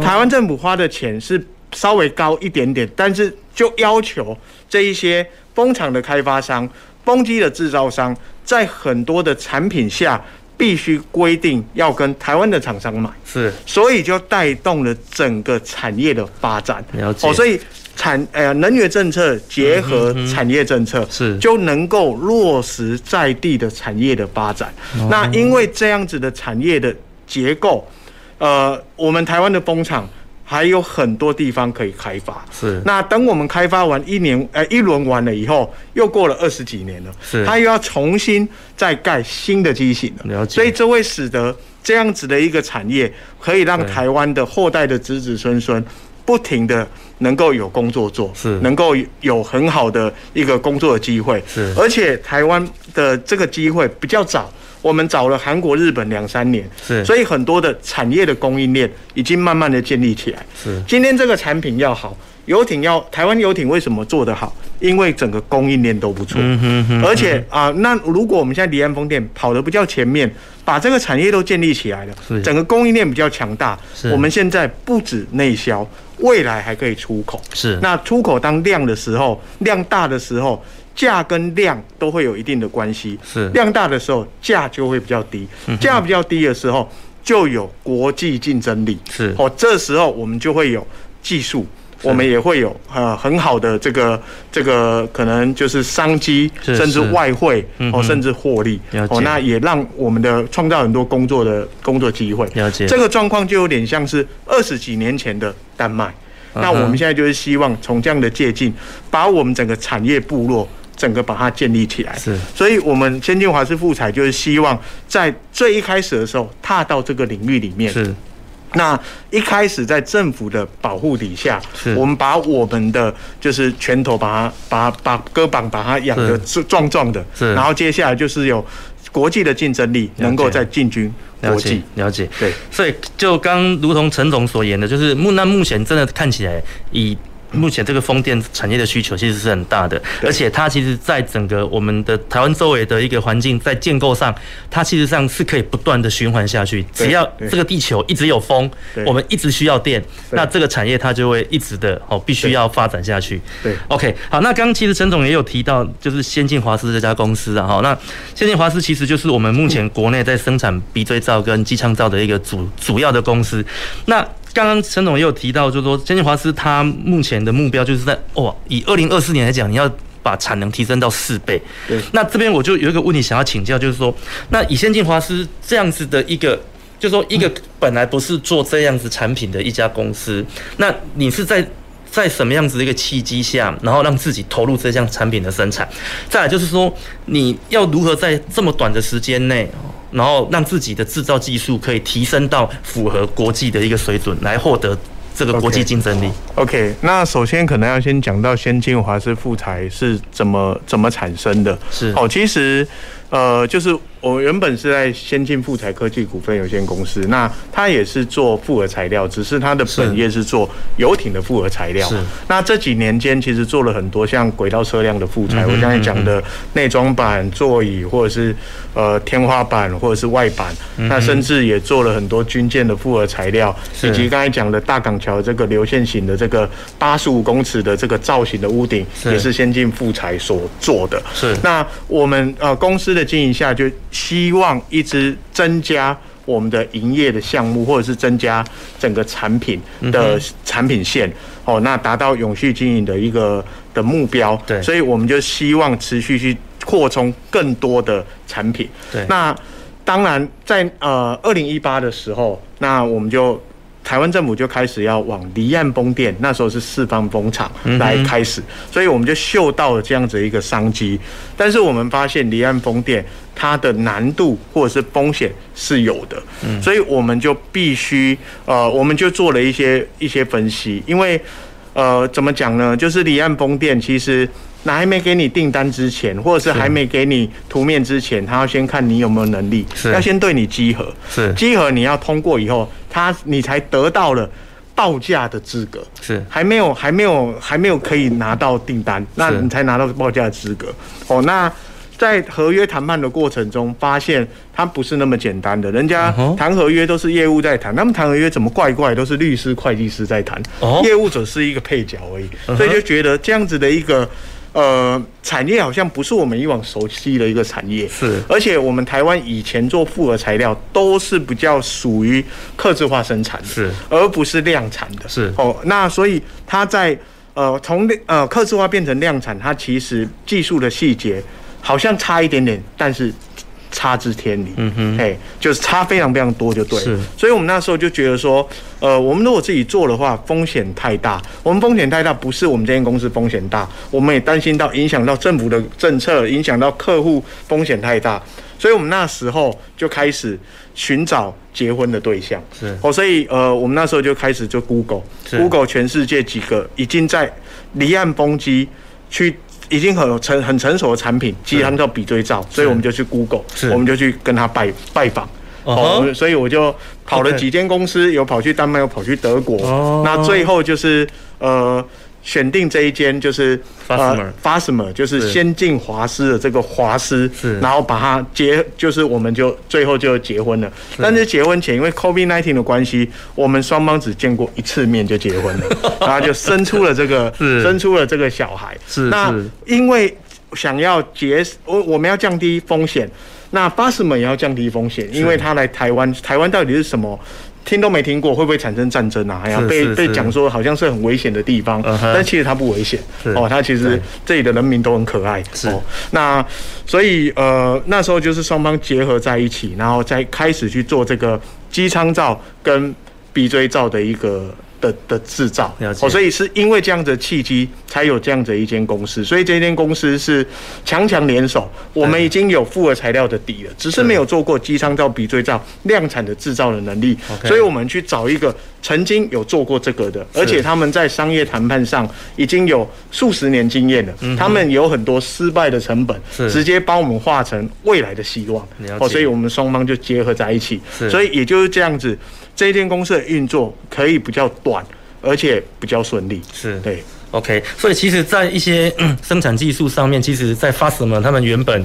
Speaker 2: 台湾政府花的钱是稍微高一点点，但是就要求这一些风场的开发商、风机的制造商，在很多的产品下必须规定要跟台湾的厂商买，
Speaker 1: 是
Speaker 2: 所以就带动了整个产业的发展。
Speaker 1: 了解嗯
Speaker 2: 哦，所以产呃能源政策结合产业政策，
Speaker 1: 是
Speaker 2: 就能够落实在地的产业的发展。
Speaker 1: 哦
Speaker 2: 那因为这样子的产业的结构，呃，我们台湾的工厂。还有很多地方可以开发，
Speaker 1: 是
Speaker 2: 那等我们开发完一年，呃，一轮完了以后，又过了二十几年了，
Speaker 1: 是
Speaker 2: 它又要重新再盖新的机型了，
Speaker 1: 了解
Speaker 2: 所以这会使得这样子的一个产业，可以让台湾的后代的子子孙孙不停的能够有工作做，
Speaker 1: 是
Speaker 2: 能够有很好的一个工作的机会，
Speaker 1: 是
Speaker 2: 而且台湾的这个机会比较早。我们早了韩国、日本两三年，
Speaker 1: 是
Speaker 2: 所以很多的产业的供应链已经慢慢的建立起来。
Speaker 1: 是
Speaker 2: 今天这个产品要好，游艇要台湾游艇为什么做得好？因为整个供应链都不错，
Speaker 1: 嗯哼哼
Speaker 2: 而且啊、那如果我们现在离岸风电跑得比较前面，把这个产业都建立起来
Speaker 1: 是
Speaker 2: 了，整个供应链比较强大
Speaker 1: 是，
Speaker 2: 我们现在不止内销，未来还可以出口。
Speaker 1: 是
Speaker 2: 那出口当量的时候，量大的时候，价跟量都会有一定的关系。
Speaker 1: 是嗯
Speaker 2: 量大的时候，价就会比较低，价比较低的时候，就有国际竞争力。
Speaker 1: 是
Speaker 2: 哦，这时候我们就会有技术。我们也会有呃很好的这个这个可能就是商机，
Speaker 1: 是
Speaker 2: 甚至
Speaker 1: 是
Speaker 2: 外汇
Speaker 1: 嗯
Speaker 2: 哦，
Speaker 1: 哼
Speaker 2: 甚至获利
Speaker 1: 了解
Speaker 2: 哦，那也让我们的创造很多工作的工作机会。
Speaker 1: 了解
Speaker 2: 这个状况就有点像是二十几年前的丹麦。那我
Speaker 1: 嗯哼
Speaker 2: 们现在就是希望从这样的借鉴，把我们整个产业部落整个把它建立起来。
Speaker 1: 是
Speaker 2: 所以我们先进华是富彩，就是希望在最一开始的时候踏到这个领域里面。
Speaker 1: 是
Speaker 2: 那一开始在政府的保护底下
Speaker 1: 是，
Speaker 2: 我们把我们的就是拳头把它把把胳膀把它养得壮壮的，
Speaker 1: 是
Speaker 2: 然后接下来就是有国际的竞争力，
Speaker 1: 解
Speaker 2: 能够再进军
Speaker 1: 了
Speaker 2: 国
Speaker 1: 解
Speaker 2: 际。
Speaker 1: 了解。
Speaker 2: 对，
Speaker 1: 所以就刚如同陈总所言的，就是目那目前真的看起来以。目前这个风电产业的需求其实是很大的，
Speaker 2: 对
Speaker 1: 而且它其实，在整个我们的台湾周围的一个环境在建构上，它其实上是可以不断的循环下去。
Speaker 2: 对
Speaker 1: 只要
Speaker 2: 对
Speaker 1: 这个地球一直有风，
Speaker 2: 对
Speaker 1: 我们一直需要电，
Speaker 2: 对
Speaker 1: 那这个产业它就会一直的哦，必须要发展下去。
Speaker 2: 对
Speaker 1: ，OK，好，那刚刚其实陈总也有提到，就是先进华斯这家公司啊，哈，那先进华斯其实就是我们目前国内在生产鼻锥罩跟机枪罩的一个主主要的公司。那刚刚陈总也有提到，就是说先进华斯它目前的目标就是在哇，以二零二四年来讲，你要。把产能提升到四倍。
Speaker 2: 对
Speaker 1: 那这边我就有一个问题想要请教，就是说，那以先进华斯这样子的一个就说一个
Speaker 2: 嗯
Speaker 1: 本来不是做这样子产品的一家公司，那你是在在什么样子的一个契机下，然后让自己投入这项产品的生产？再来就是说，你要如何在这么短的时间内，然后让自己的制造技术可以提升到符合国际的一个水准，来获得这个国际
Speaker 2: OK
Speaker 1: 竞争力
Speaker 2: OK，那首先可能要先讲到先进华氏富材是怎么怎么产生的。
Speaker 1: 是
Speaker 2: 哦，其实呃，就是我原本是在先进富材科技股份有限公司，那它也是做复合材料，只是它的
Speaker 1: 是
Speaker 2: 本业是做游艇的复合材料
Speaker 1: 是。
Speaker 2: 那这几年间其实做了很多像轨道车辆的复
Speaker 1: 嗯
Speaker 2: 材，我刚才讲的内装板、座椅或者是呃天花板或者是外板，
Speaker 1: 嗯
Speaker 2: 那甚至也做了很多军舰的复合材料，
Speaker 1: 是
Speaker 2: 以及刚才讲的大港桥这个流线型的这个八十五公尺的这个造型的屋顶，
Speaker 1: 是
Speaker 2: 也是先进富材所做的。
Speaker 1: 是
Speaker 2: 那我们呃公司的经营下，就希望一直增加。我们的营业的项目，或者是增加整个产品
Speaker 1: 嗯
Speaker 2: 的产品线，哦，那达到永续经营的一个的目标。
Speaker 1: 对
Speaker 2: 所以我们就希望持续去扩充更多的产品。
Speaker 1: 对
Speaker 2: 那当然在呃二零一八的时候，那我们就台湾政府就开始要往离岸风电，那时候是四方风场来开始，所以我们就嗅到了这样子一个商机。但是我们发现离岸风电它的难度或者是风险是有的，所以我们就必须呃，我们就做了一些一些分析，因为呃怎么讲呢？就是离岸风电其实。那还没给你订单之前，或者是还没给你图面之前，他要先看你有没有能力
Speaker 1: 是，
Speaker 2: 要先对你稽核。
Speaker 1: 是
Speaker 2: 稽核你要通过以后，他你才得到了报价的资格，
Speaker 1: 是
Speaker 2: 还没有还没有还没有可以拿到订单，那你才拿到报价的资格。哦，那在合约谈判的过程中，发现它不是那么简单的。人家
Speaker 1: 嗯哼
Speaker 2: 谈合约都是业务在谈，他们谈合约怎么怪怪，都是律师、会计师在谈
Speaker 1: 哦，嗯
Speaker 2: 业务者是一个配角而已，
Speaker 1: 哼
Speaker 2: 所以就觉得这样子的一个。呃，产业好像不是我们以往熟悉的一个产业，
Speaker 1: 是
Speaker 2: 而且我们台湾以前做复合材料都是比较属于客制化生产的，
Speaker 1: 是
Speaker 2: 而不是量产的，
Speaker 1: 是
Speaker 2: 哦。那所以它在呃从呃客制化变成量产，它其实技术的细节好像差一点点，但是差之天理，嗯哼，哎，就是差非常非常多就对了。
Speaker 1: 是
Speaker 2: 所以我们那时候就觉得说，呃，我们如果自己做的话，风险太大。我们风险太大，不是我们这间公司风险大，我们也担心到影响到政府的政策，影响到客户，风险太大。所以我们那时候就开始寻找结婚的对象。
Speaker 1: 是
Speaker 2: 哦，所以呃，我们那时候就开始就 Google
Speaker 1: 是
Speaker 2: Google 全世界几个已经在离岸风机去。已经很成很成熟的产品，其实他们叫比对照，所以我们就去 Google，
Speaker 1: 是
Speaker 2: 我们就去跟他拜拜访。
Speaker 1: 嗯哼
Speaker 2: 哦，我所以我就跑了
Speaker 1: OK
Speaker 2: 几间公司，有跑去丹麦，有跑去德国。
Speaker 1: 哦
Speaker 2: 那最后就是呃，选定这一间就是呃 Fastmer，就是
Speaker 1: 是
Speaker 2: 先进华师的这个华师
Speaker 1: 是，
Speaker 2: 然后把它结，就是我们就最后就结婚了。但是结婚前，因为 COVID 19的关系，我们双方只见过一次面就结婚 了，然后就生出了这个
Speaker 1: 是
Speaker 2: 生出了这个小孩。
Speaker 1: 是
Speaker 2: 那
Speaker 1: 是
Speaker 2: 因为想要节，我我们要降低风险，那巴士们也要降低风险，因为他来台湾，台湾到底是什么？听都没听过，会不会产生战争啊？哎呀，
Speaker 1: 是
Speaker 2: 被
Speaker 1: 是
Speaker 2: 被
Speaker 1: 是
Speaker 2: 讲说好像是很危险的地方，
Speaker 1: 嗯哼
Speaker 2: 但其实它不危险
Speaker 1: 是
Speaker 2: 哦。它其实这里的人民都很可爱
Speaker 1: 是
Speaker 2: 哦。那所以呃，那时候就是双方结合在一起，然后再开始去做这个机舱罩跟鼻锥罩的一个的的制造。
Speaker 1: 了解
Speaker 2: 哦，所以是因为这样的契机，才有这样的一间公司。所以这间公司是强强联手，我们已经有复合材料的底了，只是没有做过机舱罩、鼻锥罩量产的制造的能力。
Speaker 1: OK
Speaker 2: 所以我们去找一个曾经有做过这个的，而且他们在商业谈判上已经有数十年经验了，他们有很多失败的成本，
Speaker 1: 嗯是
Speaker 2: 直接帮我们化成未来的希望
Speaker 1: 了。
Speaker 2: 哦，
Speaker 1: 解
Speaker 2: 所以我们双方就结合在一起
Speaker 1: 是，
Speaker 2: 所以也就是这样子，这一间公司的运作可以比较短，而且比较顺利。
Speaker 1: 是
Speaker 2: 对。
Speaker 1: OK，所以其实，在一些、嗯生产技术上面，其实，在 Fastman 他们原本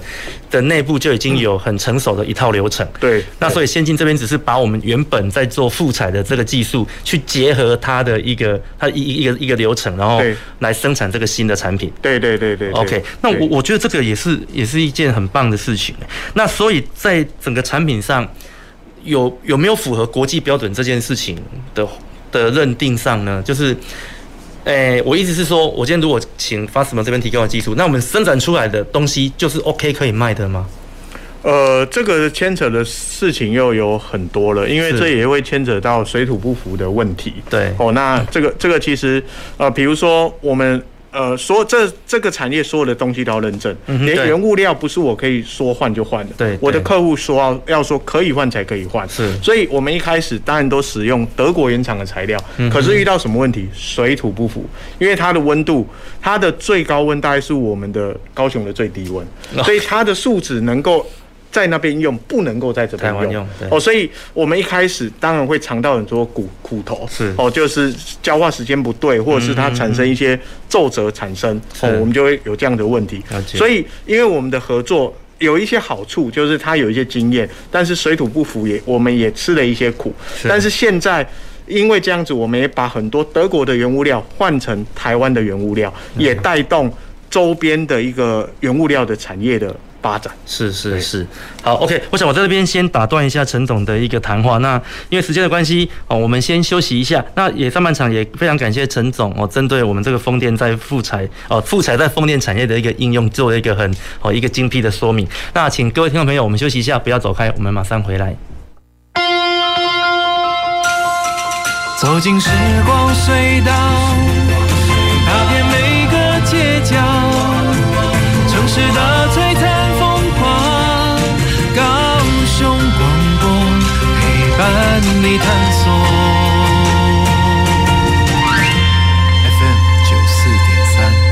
Speaker 1: 的内部就已经有很成熟的一套流程。
Speaker 2: 对
Speaker 1: 那所以先进这边只是把我们原本在做复采的这个技术，去结合它的一个它一一一个一个流程，然后
Speaker 2: 对
Speaker 1: 来生产这个新的产品。
Speaker 2: 对对对对对
Speaker 1: OK，那
Speaker 2: 对
Speaker 1: 我我觉得这个也是也是一件很棒的事情。欸那所以在整个产品上，有有没有符合国际标准这件事情的的认定上呢？就是，诶、我意思是说，我今天如果请 Fastman 这边提供的技术，那我们生产出来的东西就是 OK 可以卖的吗？
Speaker 2: 呃，这个牵扯的事情又有很多了，因为
Speaker 1: 是
Speaker 2: 这也会牵扯到水土不服的问题。
Speaker 1: 对
Speaker 2: 哦，那这个这个其实呃，比如说我们。呃，说这这个产业所有的东西都要认证，
Speaker 1: 嗯哼
Speaker 2: 连
Speaker 1: 对
Speaker 2: 原物料不是我可以说换就换的。
Speaker 1: 对
Speaker 2: 我的
Speaker 1: 对
Speaker 2: 客户说要要说可以换才可以换。
Speaker 1: 是
Speaker 2: 所以我们一开始当然都使用德国原厂的材料，
Speaker 1: 嗯
Speaker 2: 可是遇到什么问题？水土不服，因为它的温度，它的最高温大概是我们的高雄的最低温，
Speaker 1: 哦
Speaker 2: 所以它的树脂能够。在那边用不能够在这边
Speaker 1: 台湾用对
Speaker 2: 哦，所以我们一开始当然会尝到很多苦苦头，
Speaker 1: 是嗯
Speaker 2: 哦，就是焦化时间不对，或者是它产生一些皱褶产生，
Speaker 1: 是
Speaker 2: 哦，我们就会有这样的问题
Speaker 1: 了。解
Speaker 2: 所以，因为我们的合作有一些好处，就是它有一些经验，但是水土不服也，我们也吃了一些苦，
Speaker 1: 是
Speaker 2: 但是现在。因为这样子，我们也把很多德国的原物料换成台湾的原物料，也带动周边的一个原物料的产业的发展。
Speaker 1: 是是是，好，OK，我想我在这边先打断一下陈总的一个谈话。那因为时间的关系，哦，我们先休息一下。那也上半场也非常感谢陈总哦，针对我们这个风电在复材哦，复材在风电产业的一个应用，做了一个很哦一个精辟的说明。那请各位听众朋友，我们休息一下，不要走开，我们马上回来。
Speaker 3: 走进时光隧道，踏遍每个街角，城市的璀璨风光，高雄广播陪伴你探索。FM 九四点三。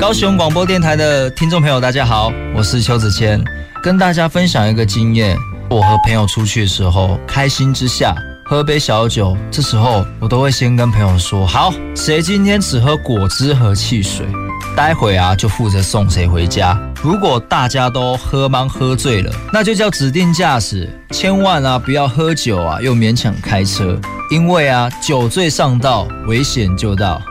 Speaker 4: 高雄广播电台的听众朋友，大家好，我是邱子谦，跟大家分享一个经验。我和朋友出去的时候，开心之下喝杯小酒，这时候我都会先跟朋友说，好，谁今天只喝果汁和汽水，待会啊就负责送谁回家。如果大家都喝忙喝醉了，那就叫指定驾驶，千万啊不要喝酒啊又勉强开车，因为啊酒醉上道，危险就到。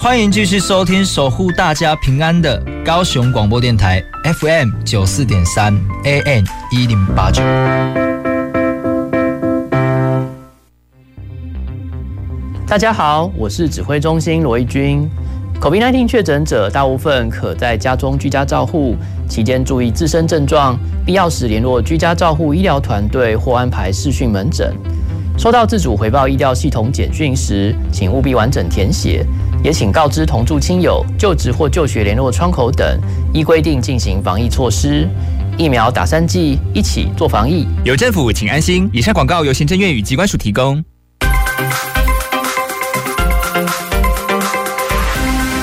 Speaker 4: 欢迎继续收听守护大家平安的高雄广播电台 FM 九四点三 AM 一零八九。
Speaker 5: 大家好，我是指挥中心罗义军。COVID-19 确诊者大部分可在家中居家照护，期间注意自身症状，必要时联络居家照护医疗团队或安排视讯门诊。收到自主回报医疗系统简讯时，请务必完整填写，也请告知同住亲友、就职或就学联络窗口等，依规定进行防疫措施。疫苗打三剂，一起做防疫。
Speaker 6: 有政府，请安心。以上广告由行政院与机关署提供。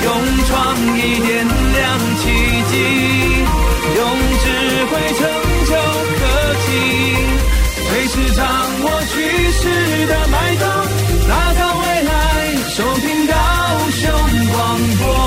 Speaker 3: 用创意点亮奇迹，用智慧成就科技，随时掌握趋势的脉动，打造未来，收听高雄广播。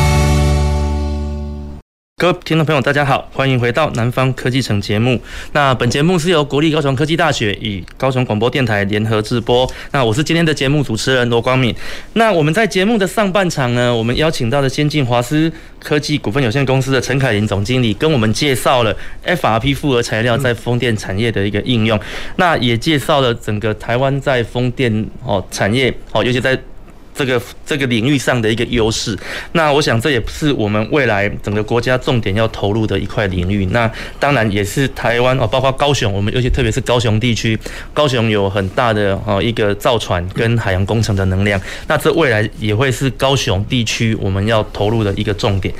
Speaker 1: 各位听众朋友，大家好，欢迎回到南方科技城节目。那本节目是由国立高雄科技大学与高雄广播电台联合制播。那我是今天的节目主持人罗光敏。那我们在节目的上半场呢，我们邀请到了先进华思科技股份有限公司的陈凯琳总经理，跟我们介绍了 FRP 复合材料在风电产业的一个应用。那也介绍了整个台哦湾在风电哦产业哦，尤其在这个这个领域上的一个优势。那我想这也是我们未来整个国家重点要投入的一块领域。那当然也是台湾哦，包括高雄，我们尤其特别是高雄地区，高雄有很大的哦一个造船跟海洋工程的能量。那这未来也会是高雄地区我们要投入的一个重点。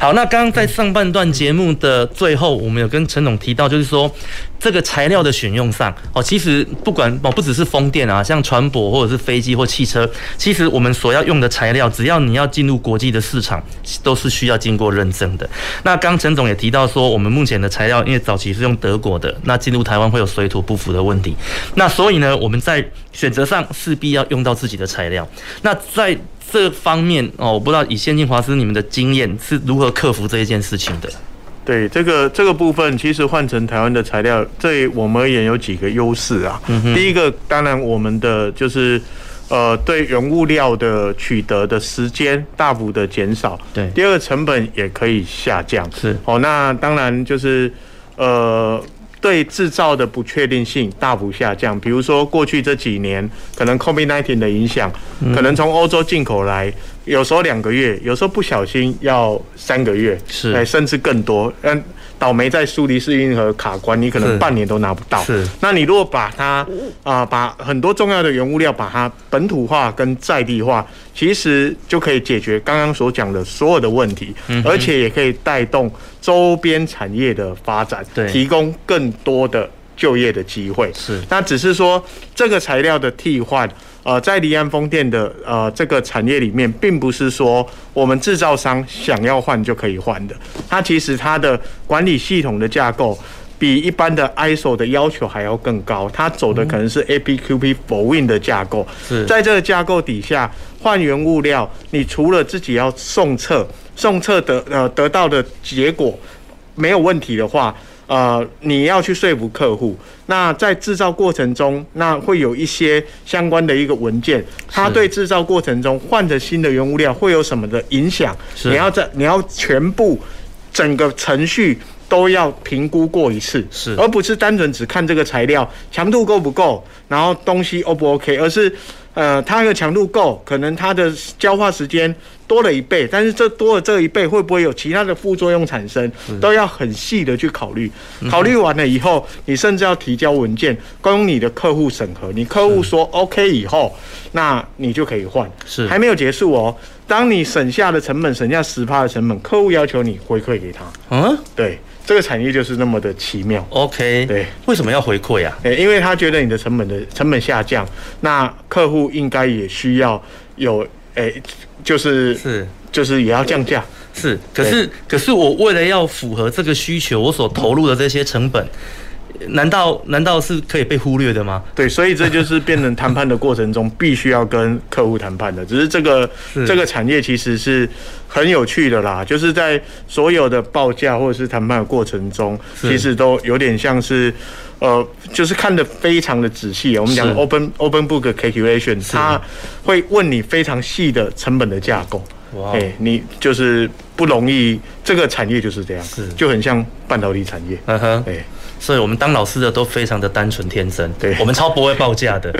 Speaker 1: 好，那刚刚在上半段节目的最后，我们有跟陈总提到，就是说这个材料的选用上哦，其实不管哦不只是风电啊，像船舶或者是飞机或汽车，其实我们所要用的材料，只要你要进入国际的市场，都是需要经过认证的。那刚陈总也提到说，我们目前的材料因为早期是用德国的，那进入台湾会有水土不服的问题。那所以呢，我们在选择上势必要用到自己的材料。那在这方面哦，我不知道以先进华师你们的经验是如何克服这一件事情的。
Speaker 2: 对这个这个部分，其实换成台湾的材料，对我们而言有几个优势啊。
Speaker 1: 嗯
Speaker 2: 第一个，当然我们的就是呃对原物料的取得的时间大幅的减少。
Speaker 1: 对
Speaker 2: 第二个成本也可以下降。
Speaker 1: 是
Speaker 2: 哦，那当然就是呃。对制造的不确定性大幅下降，比如说过去这几年可能 COVID-19 的影响，
Speaker 1: 嗯
Speaker 2: 可能从欧洲进口来，有时候两个月，有时候不小心要三个月，
Speaker 1: 是
Speaker 2: 哎甚至更多。嗯，倒霉在苏黎世运河卡关，你可
Speaker 1: 是
Speaker 2: 能半年都拿不到。
Speaker 1: 是
Speaker 2: 那你如果把它啊、把很多重要的原物料把它本土化跟在地化，其实就可以解决刚刚所讲的所有的问题，
Speaker 1: 嗯
Speaker 2: 而且也可以带动周边产业的发展，
Speaker 1: 对
Speaker 2: 提供更多的就业的机会。
Speaker 1: 是
Speaker 2: 那只是说这个材料的替换，呃，在离岸风电的呃这个产业里面，并不是说我们制造商想要换就可以换的，它其实它的管理系统的架构。比一般的 ISO 的要求还要更高，它走的可能是 APQP for Win 的架构。
Speaker 1: 是
Speaker 2: 在这个架构底下，换原物料，你除了自己要送测，送测得呃得到的结果没有问题的话，呃，你要去说服客户。那在制造过程中，那会有一些相关的一个文件，它对制造过程中换着新的原物料会有什么的影响？
Speaker 1: 是
Speaker 2: 你要在你要全部整个程序都要评估过一次，
Speaker 1: 是
Speaker 2: 而不是单纯只看这个材料强度够不够，然后东西 O 不 OK，而是呃它的强度够，可能它的焦化时间多了一倍，但是这多了这一倍会不会有其他的副作用产生
Speaker 1: 是，
Speaker 2: 都要很细的去考虑
Speaker 1: 嗯。哼
Speaker 2: 考虑完了以后，你甚至要提交文件供你的客户审核，你客户说 OK 以后，那你就可以换。
Speaker 1: 是
Speaker 2: 还没有结束哦。当你省下的成本，省下十趴的成本，客户要求你回馈给他。
Speaker 1: 嗯，
Speaker 2: 对，这个产业就是那么的奇妙。
Speaker 1: OK，
Speaker 2: 对，
Speaker 1: 为什么要回馈啊？
Speaker 2: 诶，哎因为他觉得你的成本的成本下降，那客户应该也需要有诶、就是
Speaker 1: 是
Speaker 2: 就是也要降价。
Speaker 1: 是，可是可是我为了要符合这个需求，我所投入的这些成本，难道难道是可以被忽略的吗？
Speaker 2: 对，所以这就是变成谈判的过程中必须要跟客户谈判的。只是这个
Speaker 1: 是
Speaker 2: 这个产业其实是很有趣的啦，就是在所有的报价或者是谈判的过程中，
Speaker 1: 是
Speaker 2: 其实都有点像是。呃，就是看得非常的仔细。我们讲
Speaker 1: 是
Speaker 2: open open book calculation，它会问你非常细的成本的架构。
Speaker 1: 哇哦
Speaker 2: 哎、你就是不容易，这个产业就是这样，就很像半导体产业。哎
Speaker 1: 嗯哼，
Speaker 2: 对，
Speaker 1: 所以我们当老师的都非常的单纯天真，
Speaker 2: 对
Speaker 1: 我们超不会报价的，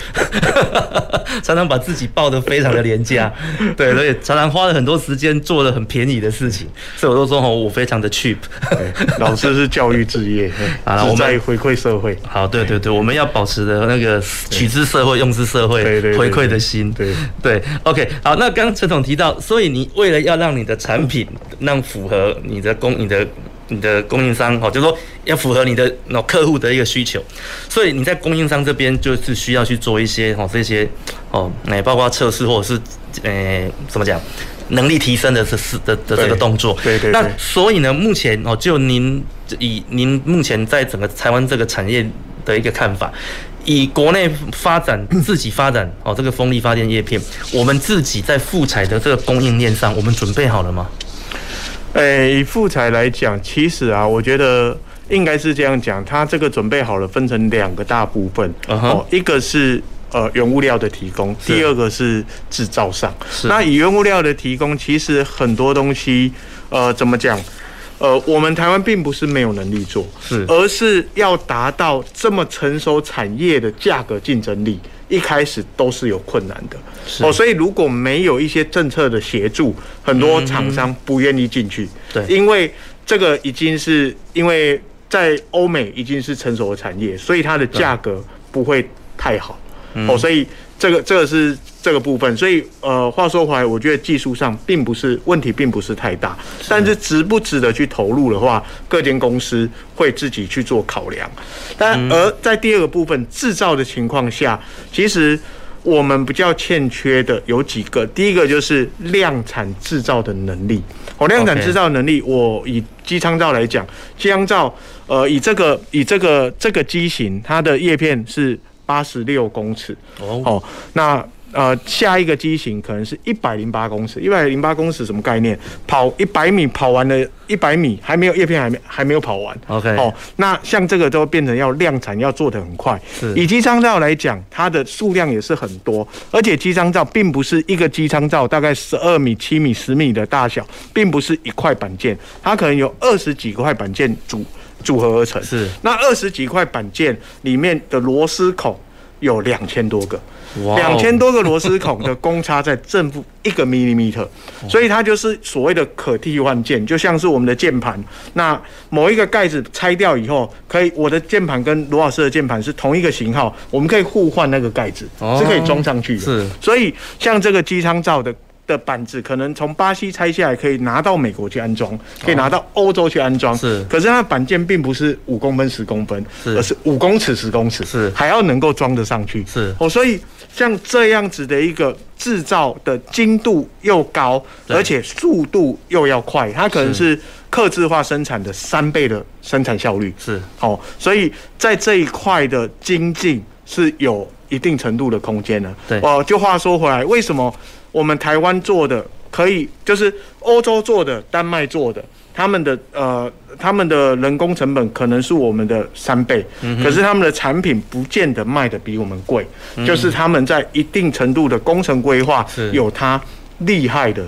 Speaker 1: 常常把自己报的非常的廉 价，对，所以常常花了很多时间做了很便宜的事情，所以我都说哦，我非常的 cheap。
Speaker 2: 老师是教育置业，
Speaker 1: 好啦
Speaker 2: 是
Speaker 1: 我们
Speaker 2: 在回馈社会。
Speaker 1: 好，对对对，我们要保持的那个取之社会、用之社会、
Speaker 2: 对对对
Speaker 1: 回馈的心。
Speaker 2: 对
Speaker 1: 对，OK，好，那刚刚陈总提到，所以你为了要让你的产品让符合你的供、你的、你的供应商，哦，就是说要符合你的那客户的一个需求，所以你在供应商这边就是需要去做一些哦这些哦，哎，包括测试或者是呃怎么讲？能力提升的这是的的这个
Speaker 2: 对
Speaker 1: 动作，
Speaker 2: 对对对
Speaker 1: 那所以呢，目前哦，就您以您目前在整个台湾这个产业的一个看法，以国内发 展自己发展哦，这个风力发电叶片，我们自己在复材的这个供应链上，我们准备好了吗？
Speaker 2: 诶、哎以复材来讲，其实啊，我觉得应该是这样讲，它这个准备好了，分成两个大部分。
Speaker 1: 嗯哼
Speaker 2: 哦，一个是呃原物料的提供，
Speaker 1: 是
Speaker 2: 第二个是制造上
Speaker 1: 是。
Speaker 2: 那以原物料的提供，其实很多东西，呃，怎么讲？呃，我们台湾并不是没有能力做，
Speaker 1: 是
Speaker 2: 而是要达到这么成熟产业的价格竞争力，一开始都是有困难的。
Speaker 1: 是
Speaker 2: 哦，所以如果没有一些政策的协助，很多厂商不愿意进去。
Speaker 1: 嗯对
Speaker 2: 因为这个已经是因为在欧美已经是成熟的产业，所以它的价格不会太好。
Speaker 1: 嗯
Speaker 2: 哦，所以这个这个是这个部分，所以呃，话说回来，我觉得技术上并不是问题，并不是太大，但是值不值得去投入的话，各间公司会自己去做考量。但而在第二个部分制造的情况下，其实。我们比较欠缺的有几个，第一个就是量产制造的能力。哦，量产
Speaker 1: OK
Speaker 2: 制造能力，我以机舱罩来讲，机舱罩，呃，以这个以这个这个机型，它的叶片是八十六公尺，
Speaker 1: 哦，
Speaker 2: 哦，那呃下一个机型可能是一百零八公尺，一百零八公尺什么概念？跑一百米跑完了一百米，还没有叶片还没还没有跑完。
Speaker 1: OK
Speaker 2: 哦，那像这个都变成要量产，要做得很快。
Speaker 1: 是
Speaker 2: 以机舱罩来讲，它的数量也是很多，而且机舱罩并不是一个机舱罩大概十二米、七米、十米的大小，并不是一块板件，它可能有二十几块板件组组合而成。
Speaker 1: 是
Speaker 2: 那二十几块板件里面的螺丝孔有两千多个。
Speaker 1: 哇哦
Speaker 2: 两千多个螺丝孔的公差在正负一个 millimeter，所以它就是所谓的可替换件，就像是我们的键盘，那某一个盖子拆掉以后，可以我的键盘跟罗老师的键盘是同一个型号，我们可以互换那个盖子，
Speaker 1: 哦
Speaker 2: 是可以装上去的。
Speaker 1: 是
Speaker 2: 所以像这个机舱罩的。的板子可能从巴西拆下来，可以拿到美国去安装，可以拿到欧洲去安装。
Speaker 1: 哦是
Speaker 2: 可是它的板件并不是五公分、十公分，
Speaker 1: 是
Speaker 2: 而是五公尺、十公尺，
Speaker 1: 是
Speaker 2: 还要能够装得上去。
Speaker 1: 是
Speaker 2: 哦，所以像这样子的一个制造的精度又高，
Speaker 1: 对
Speaker 2: 而且速度又要快，它可能
Speaker 1: 是
Speaker 2: 是客制化生产的三倍的生产效率。
Speaker 1: 是
Speaker 2: 哦，所以在这一块的精进是有一定程度的空间的。
Speaker 1: 对
Speaker 2: 哦，就话说回来，为什么我们台湾做的可以，就是欧洲做的、丹麦做的，他们的呃他们的人工成本可能是我们的三倍，
Speaker 7: 嗯哼
Speaker 2: 可是他们的产品不见得卖的比我们贵，
Speaker 7: 嗯
Speaker 2: 就是他们在一定程度的工程规划
Speaker 1: 是
Speaker 2: 有它厉害的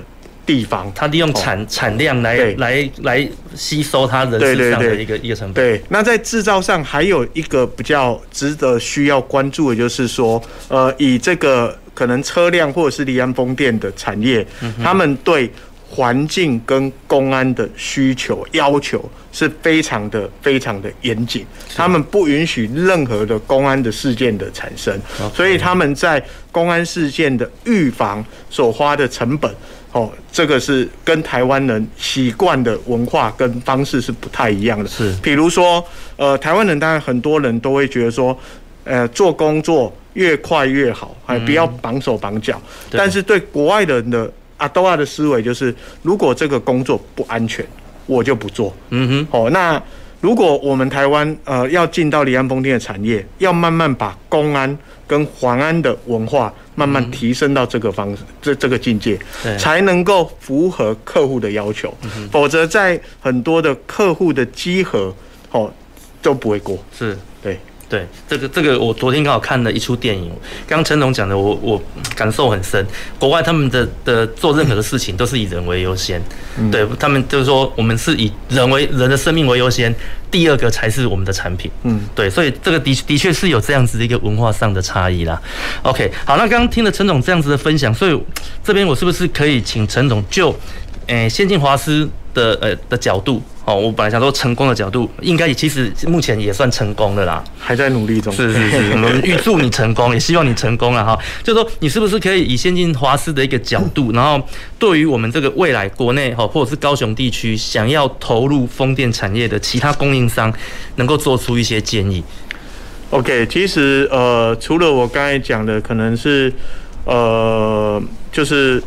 Speaker 2: 地方，
Speaker 1: 它利用产、产量来
Speaker 2: 哦对
Speaker 1: 来来吸收它人
Speaker 2: 对
Speaker 1: 事
Speaker 2: 对
Speaker 1: 上的
Speaker 2: 对
Speaker 1: 一个一个成本。
Speaker 2: 对，那在制造上还有一个比较值得需要关注的，就是说，呃，以这个可能车辆或者是离岸风电的产业，
Speaker 7: 嗯哼
Speaker 2: 他们对环境跟公安的需求要求是非常的非常的严谨，他们不允许任何的公安的事件的产生，所以他们在公安事件的预防所花的成本。哦，这个是跟台湾人习惯的文化跟方式是不太一样的。
Speaker 1: 是
Speaker 2: 比如说，呃，台湾人当然很多人都会觉得说，呃，做工作越快越好，还
Speaker 7: 嗯
Speaker 2: 不要绑手绑脚。
Speaker 7: 对
Speaker 2: 但是对国外人的呃阿多亚的思维就是，如果这个工作不安全，我就不做。
Speaker 1: 嗯
Speaker 2: 哼，哦，那如果我们台湾呃要进到离岸风电的产业，要慢慢把公安跟环安的文化慢慢提升到这个方、这这个境界
Speaker 7: 对，
Speaker 2: 才能够符合客户的要求，
Speaker 1: 嗯
Speaker 2: 否则在很多的客户的集合哦都不会过。
Speaker 1: 是
Speaker 2: 对
Speaker 1: 对，这个这个我昨天刚好看了一出电影，刚刚陈总讲的我，我感受很深。国外他们的的做任何的事情都是以人为优先，
Speaker 7: 嗯
Speaker 1: 对他们就是说我们是以人为人的生命为优先，第二个才是我们的产品。
Speaker 2: 嗯，
Speaker 1: 对，所以这个的的确是有这样子的一个文化上的差异啦。OK，好，那刚刚听了陈总这样子的分享，所以这边我是不是可以请陈总就，诶、先进华师的呃的角度，哦，我本来想说成功的角度，应该也其实目前也算成功的啦，
Speaker 2: 还在努力中。
Speaker 1: 是是是，我们预祝你成功，也希望你成功了啊哈。就说你是不是可以以先进华师的一个角度，然后对于我们这个未来国内哈，或者是高雄地区想要投入风电产业的其他供应商，能够做出一些建议？
Speaker 2: OK，其实呃，除了我刚才讲的，可能是呃，就是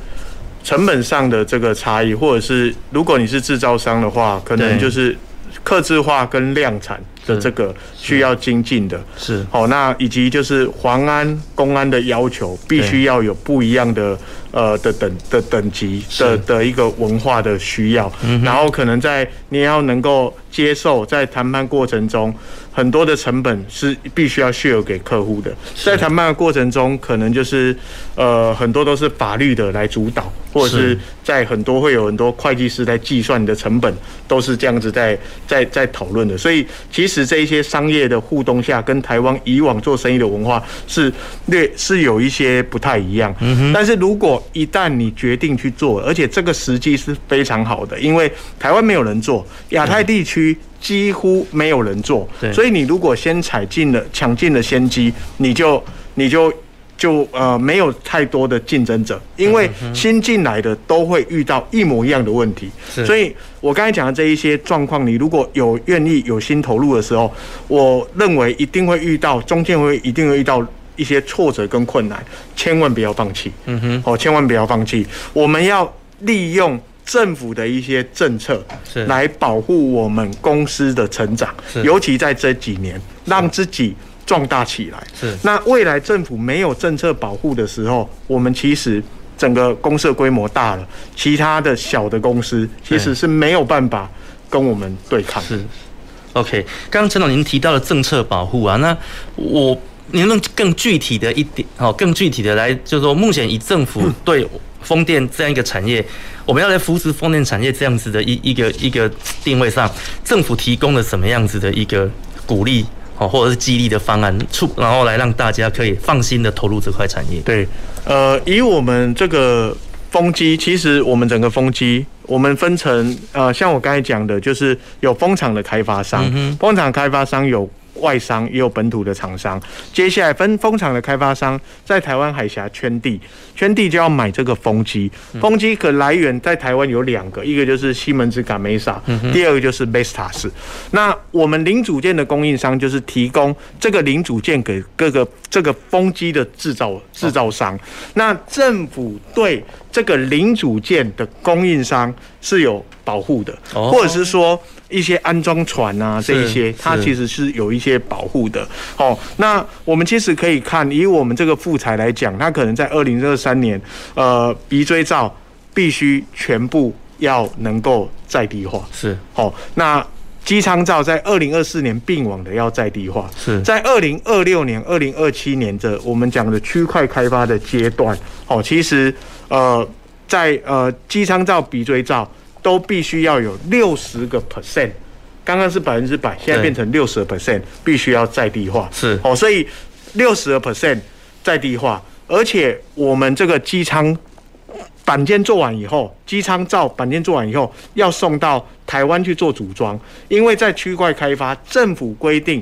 Speaker 2: 成本上的这个差异，或者是如果你是制造商的话，可能
Speaker 7: 对
Speaker 2: 就是客制化跟量产的这个需要精进的。
Speaker 1: 是
Speaker 2: 好、那以及就是黄安、公安的要求，必须要有不一样的呃的等的等级的的一个文化的需要，
Speaker 7: 嗯哼
Speaker 2: 然后可能在你也要能够接受，在谈判过程中很多的成本是必须要 share 给客户的，在谈判的过程中，可能就是呃很多都是法律的来主导，或者
Speaker 7: 是
Speaker 2: 是在很多会有很多会计师在计算你的成本，都是这样子在在在讨论的。所以其实这一些商业的互动下，跟台湾以往做生意的文化是略是有一些不太一样。
Speaker 7: 嗯哼
Speaker 2: 但是如果一旦你决定去做，而且这个时机是非常好的，因为台湾没有人做，亚太地区。几乎没有人做
Speaker 7: 对，
Speaker 2: 所以你如果先踩进了、抢进了先机，你就你就就呃没有太多的竞争者，因为
Speaker 7: 嗯哼
Speaker 2: 新进来的都会遇到一模一样的问题，
Speaker 7: 是
Speaker 2: 所以我刚才讲的这一些状况，你如果有愿意有心投入的时候，我认为一定会遇到，中间会一定会遇到一些挫折跟困难，千万不要放弃。
Speaker 1: 嗯哼，
Speaker 2: 哦，千万不要放弃，我们要利用。政府的一些政策
Speaker 7: 是
Speaker 2: 来保护我们公司的成长
Speaker 7: 是，
Speaker 2: 尤其在这几年，让自己壮大起来。
Speaker 7: 是
Speaker 2: 那未来政府没有政策保护的时候，我们其实整个公社规模大了，其他的小的公司其实是没有办法跟我们对抗。
Speaker 1: 是 OK，刚刚陈总您提到了政策保护啊，那我您能不能更具体的一点，哦，更具体的来，就是说目前以政府对风电这样一个产业，我们要来扶持风电产业这样子的一一个一个定位上，政府提供了什么样子的一个鼓励？哦，或者是激励的方案，促然后来让大家可以放心的投入这块产业。
Speaker 2: 对，呃，以我们这个风机，其实我们整个风机，我们分成呃，像我刚才讲的，就是有风场的开发商，
Speaker 7: 嗯哼
Speaker 2: 风场开发商有。外商也有本土的厂商，接下来分风场的开发商在台湾海峡圈地，圈地就要买这个风机，
Speaker 7: 嗯
Speaker 2: 风机可来源在台湾有两个，一个就是西门子港梅萨
Speaker 7: 嗯哼，
Speaker 2: 第二个就是 Vestas。那我们零组件的供应商就是提供这个零组件给各个这个风机的制造制造商。那政府对这个零组件的供应商是有保护的，
Speaker 7: 哦
Speaker 2: 或者是说一些安装船啊这一些
Speaker 7: 是，
Speaker 2: 它
Speaker 7: 是
Speaker 2: 其实是有一些保护的。哦，那我们其实可以看，以我们这个副材来讲，它可能在二零二三年，呃，鼻锥罩必须全部。要能够在地化。
Speaker 1: 是，
Speaker 2: 好、那机舱照在二零二四年并网的要在地化，
Speaker 1: 是
Speaker 2: 在二零二六年、二零二七年的我们讲的区块开发的阶段，哦，其实呃，在呃机舱照、鼻锥照都必须要有六十个 percent。刚刚是百分之百，现在变成六十 percent，必须要在地化。
Speaker 1: 是
Speaker 2: 哦，所以六十 percent 在地化，而且我们这个机舱板件做完以后，机舱罩板件做完以后，要送到台湾去做组装，因为在区块开发，政府规定。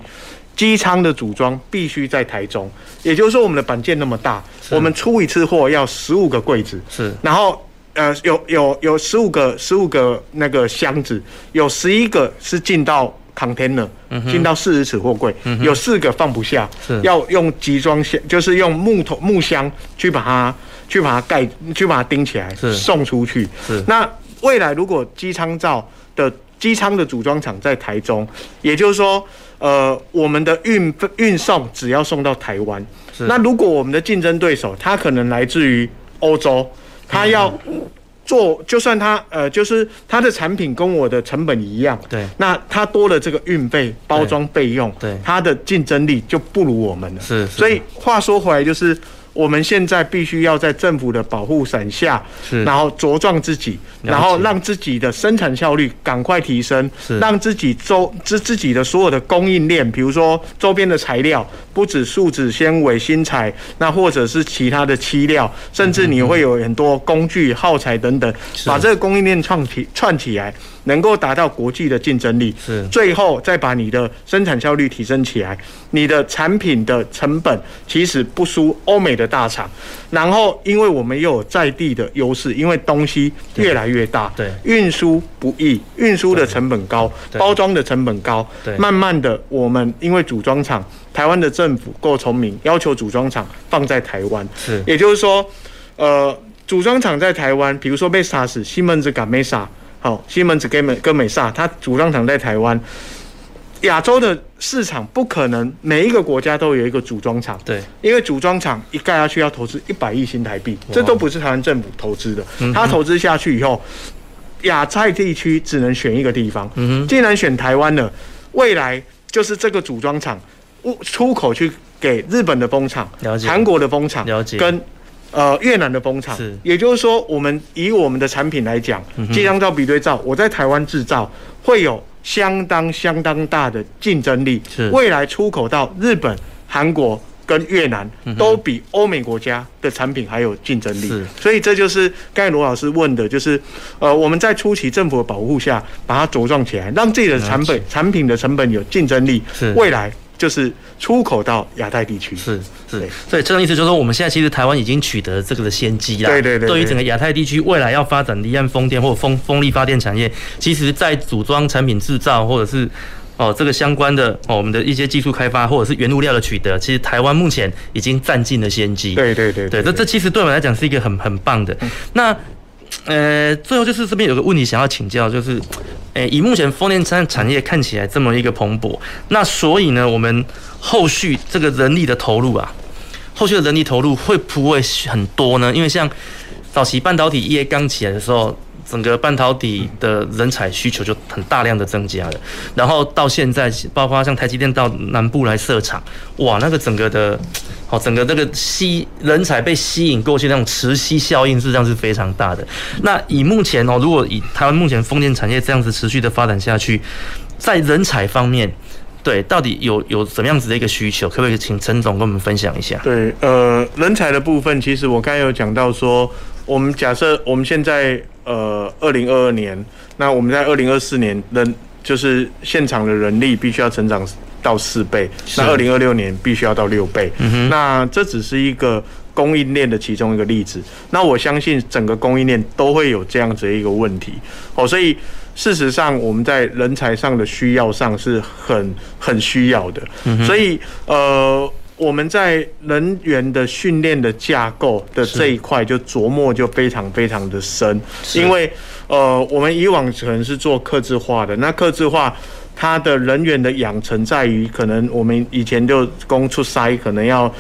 Speaker 2: 机舱的组装必须在台中，也就是说，我们的板件那么大，我们出一次货要十五个柜子，
Speaker 1: 是
Speaker 2: 然后呃，有有有十五个十五个那个箱子，有十一个是进到 container，
Speaker 1: 嗯哼
Speaker 2: 进到四十尺货柜，
Speaker 1: 嗯哼
Speaker 2: 有四个放不下
Speaker 1: 是，
Speaker 2: 要用集装箱，就是用木头木箱去把它去把它盖，去把它钉起来，
Speaker 1: 是
Speaker 2: 送出去。
Speaker 1: 是
Speaker 2: 那未来如果机舱罩的机舱的组装厂在台中，也就是说，呃，我们的运运送只要送到台湾。
Speaker 1: 是
Speaker 2: 那如果我们的竞争对手他可能来自于欧洲，他要做，就算他呃，就是他的产品跟我的成本一样，
Speaker 1: 对
Speaker 2: 那他多了这个运费、包装费用，
Speaker 1: 对
Speaker 2: 他的竞争力就不如我们了。
Speaker 1: 是是
Speaker 2: 所以话说回来，就是我们现在必须要在政府的保护伞下，
Speaker 1: 是
Speaker 2: 然后茁壮自己，
Speaker 1: 了解
Speaker 2: 然后让自己的生产效率赶快提升
Speaker 1: 是，
Speaker 2: 让自己周自自己的所有的供应链，比如说周边的材料，不止树脂、纤维、新材，那或者是其他的漆料，甚至你会有很多工具、耗材等等，把这个供应链串起串起来，能够达到国际的竞争力。
Speaker 1: 是
Speaker 2: 最后再把你的生产效率提升起来，你的产品的成本其实不输欧美的大厂。然后，因为我们又有在地的优势，因为东西越来越大，
Speaker 1: 对
Speaker 2: 运输不易，运输的成本高，
Speaker 1: 对
Speaker 2: 包装的成本高
Speaker 1: 对，
Speaker 2: 慢慢的，我们因为组装厂，台湾的政府够聪明，要求组装厂放在台湾，
Speaker 1: 是
Speaker 2: 也就是说，呃，组装厂在台湾，比如说贝萨斯、西门子、港美萨，好，西门子跟美跟美萨，它组装厂在台湾。亚洲的市场不可能每一个国家都有一个组装厂，
Speaker 1: 对，
Speaker 2: 因为组装厂一盖下去要投资一百亿新台币，这都不是台湾政府投资的
Speaker 1: 嗯哼，
Speaker 2: 它投资下去以后，亚太地区只能选一个地方，
Speaker 1: 嗯
Speaker 2: 既然选台湾了，未来就是这个组装厂物出口去给日本的工厂
Speaker 1: 了、解
Speaker 2: 韩国的工厂
Speaker 1: 了解
Speaker 2: 跟。呃，越南的工厂
Speaker 1: 是，嗯
Speaker 2: 也就是说，我们以我们的产品来讲，机箱照、比对照，我在台湾制造会有相当相当大的竞争力
Speaker 1: 是，
Speaker 2: 未来出口到日本、韩国跟越南
Speaker 1: 嗯哼
Speaker 2: 都比欧美国家的产品还有竞争力
Speaker 1: 是。
Speaker 2: 所以这就是刚才罗老师问的，就是呃，我们在初期政府的保护下，把它茁壮起来，让自己的产
Speaker 1: 了
Speaker 2: 品产品的成本有竞争力
Speaker 1: 是，
Speaker 2: 未来就是出口到亚太地区。
Speaker 1: 是是，所以这样意思就是说，我们现在其实台湾已经取得这个的先机啦。
Speaker 2: 对对对对
Speaker 1: 于整个亚太地区未来要发展离岸风电或风风力发电产业，其实在组装产品制造或者是。哦，这个相关的哦，我们的一些技术开发或者是原物料的取得，其实台湾目前已经占尽了先机。
Speaker 2: 对对对
Speaker 1: 对，这这其实对我们来讲是一个很很棒的。那呃，最后就是这边有个问题想要请教，就是，诶、以目前风电产产业看起来这么一个蓬勃，那所以呢，我们后续这个人力的投入啊，后续的人力投入会不会很多呢？因为像早期半导体业刚起来的时候，整个半导体的人才需求就很大量的增加了，然后到现在，包括像台积电到南部来设厂，哇，那个整个的，哦，整个这个吸人才被吸引过去那种磁吸效应，事实际上是非常大的。那以目前哦，如果以台湾目前风电产业这样子持续的发展下去，在人才方面。对，到底有有怎么样子的一个需求？可不可以请陈总跟我们分享一下？
Speaker 2: 对，呃，人才的部分，其实我刚才有讲到说，我们假设我们现在呃，二零二二年，那我们在二零二四年人就是现场的人力必须要成长到四倍，那二零二六年必须要到六倍。
Speaker 1: 嗯哼
Speaker 2: 那这只是一个供应链的其中一个例子。那我相信整个供应链都会有这样子的一个问题。哦，所以事实上我们在人才上的需要上是很很需要的。
Speaker 1: 嗯哼
Speaker 2: 所以呃，我们在人员的训练的架构的这一块就琢磨就非常非常的深，
Speaker 1: 是
Speaker 2: 因为。呃，我们以往可能是做客制化的，那客制化它的人员的养成在于，可能我们以前就供出塞，可能要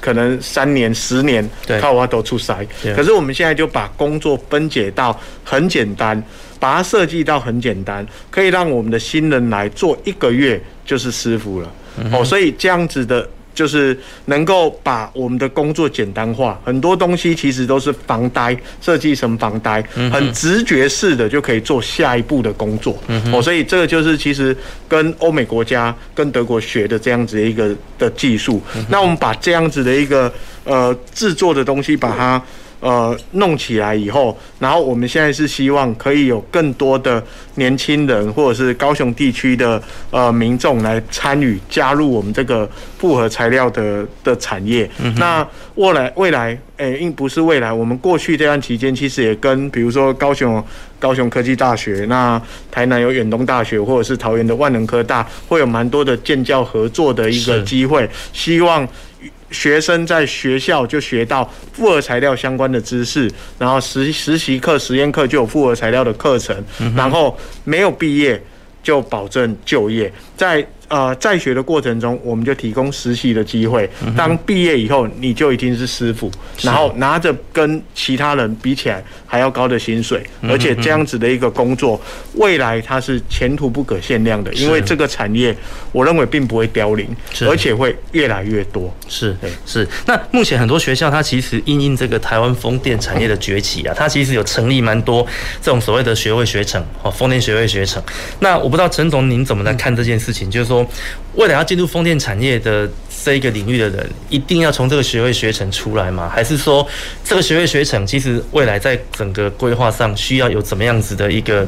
Speaker 2: 可能三年、十年
Speaker 1: 对
Speaker 2: 靠挖都出塞
Speaker 1: 对。
Speaker 2: 可是我们现在就把工作分解到很简单，把它设计到很简单，可以让我们的新人来做一个月就是师傅了。
Speaker 1: 嗯
Speaker 2: 哦，所以这样子的。就是能够把我们的工作简单化，很多东西其实都是防呆设计成防呆
Speaker 1: 嗯，哼
Speaker 2: 很直觉式的就可以做下一步的工作。
Speaker 1: 嗯哼
Speaker 2: 哦，所以这个就是其实跟欧美国家、跟德国学的这样子一个的技术。
Speaker 1: 嗯
Speaker 2: 那我们把这样子的一个呃制作的东西把它。呃，弄起来以后，然后我们现在是希望可以有更多的年轻人或者是高雄地区的呃民众来参与加入我们这个复合材料的的产业。那未来未来，诶、应不是未来，我们过去这段期间其实也跟比如说高雄高雄科技大学，那台南有远东大学，或者是桃园的万能科大，会有蛮多的建教合作的一个
Speaker 1: 是
Speaker 2: 机会，希望。学生在学校就学到复合材料相关的知识，然后实实习课、实验课就有复合材料的课程，
Speaker 1: 嗯
Speaker 2: 然后没有毕业就保证就业，在呃在学的过程中，我们就提供实习的机会。
Speaker 1: 嗯
Speaker 2: 当毕业以后，你就已经是师傅，然后拿着跟其他人比起来还要高的薪水，
Speaker 1: 嗯哼
Speaker 2: 而且这样子的一个工作，未来它是前途不可限量的，因为
Speaker 1: 是
Speaker 2: 这个产业我认为并不会凋零，
Speaker 1: 是
Speaker 2: 而且会越来越多。
Speaker 1: 是是，那目前很多学校它其实因应这个台湾风电产业的崛起啊，它其实有成立蛮多这种所谓的学位学程哦，风电学位学程。那我不知道陈总您怎么来看这件事情，就是说未来要进入风电产业的这一个领域的人，一定要从这个学位学程出来吗？还是说这个学位学程其实未来在整个规划上需要有怎么样子的一个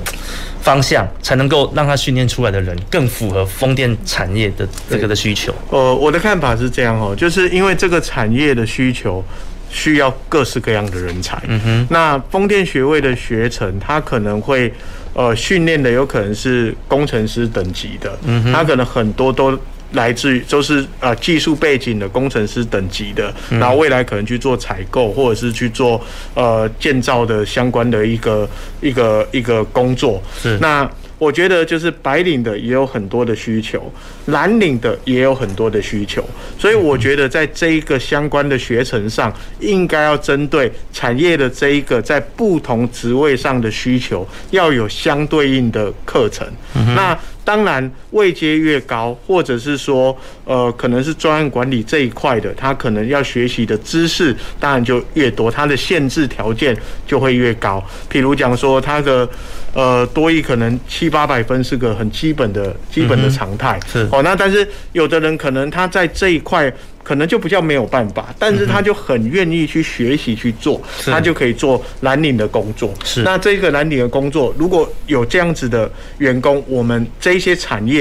Speaker 1: 方向，才能够让他训练出来的人更符合风电产业的这个的需求？
Speaker 2: 呃，我的看法是这样哦，就是因为这个产业的需求需要各式各样的人才。
Speaker 1: 嗯哼。
Speaker 2: 那风电学位的学程，它可能会呃训练的有可能是工程师等级的，
Speaker 1: 嗯哼
Speaker 2: 它可能很多都。来自于都是呃技术背景的工程师等级的，
Speaker 1: 嗯
Speaker 2: 然后未来可能去做采购或者是去做呃建造的相关的一个一个一个工作。
Speaker 1: 是
Speaker 2: 那我觉得就是白领的也有很多的需求，蓝领的也有很多的需求，所以我觉得在这一个相关的学程上，应该要针对产业的这一个在不同职位上的需求，要有相对应的课程。那当然，位阶越高，或者是说，呃，可能是专案管理这一块的，他可能要学习的知识当然就越多，他的限制条件就会越高。譬如讲说，他的呃多益可能七八百分是个很基本的基本的
Speaker 1: 嗯哼
Speaker 2: 常态。
Speaker 1: 是
Speaker 2: 哦，那但是有的人可能他在这一块可能就比较没有办法，但是他就很愿意去学习去做，
Speaker 1: 嗯是
Speaker 2: 他就可以做蓝领的工作。
Speaker 1: 是
Speaker 2: 那这个蓝领的工作，如果有这样子的员工，我们这些产业。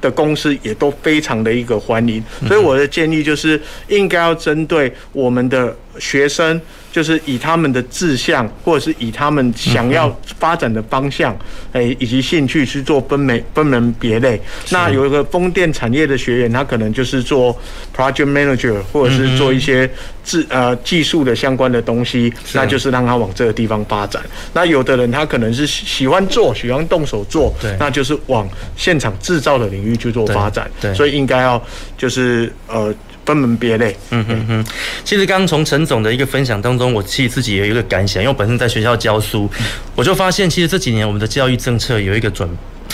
Speaker 2: 的公司也都非常的一个欢迎，所以我的建议就是应该要针对我们的学生，就是以他们的志向或者是以他们想要发展的方向，诶、以及兴趣去做分门分门别类。那有一个风电产业的学员，他可能就是做 project manager，或者
Speaker 1: 嗯
Speaker 2: 是做一些技呃技术的相关的东西，那就是让他往这个地方发展。那有的人他可能是喜喜欢做，喜欢动手做
Speaker 1: 对，
Speaker 2: 那就是往现场制造的领域去做发展。
Speaker 1: 对对
Speaker 2: 所以应该要就是呃分门别类。
Speaker 1: 嗯哼哼，其实刚刚从陈总的一个分享当中，我其实自己也有一个感想，因为我本身在学校教书，我就发现其实这几年我们的教育政策有一个转。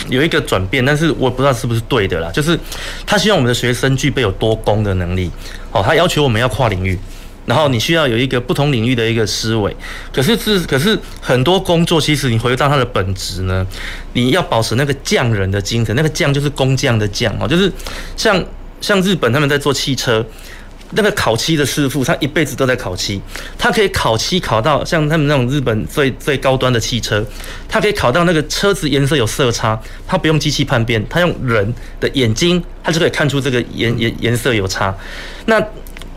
Speaker 1: 有一个转变，但是我不知道是不是对的啦。就是他希望我们的学生具备有多工的能力，好、他要求我们要跨领域，然后你需要有一个不同领域的一个思维。可是是，可是很多工作其实你回到它的本质呢，你要保持那个匠人的精神，那个匠就是工匠的匠哦，就是像像日本他们在做汽车。那个烤漆的师傅，他一辈子都在烤漆，他可以烤漆烤到像他们那种日本最最高端的汽车，他可以烤到那个车子颜色有色差，他不用机器判别，他用人的眼睛，他就可以看出这个颜颜颜色有差。那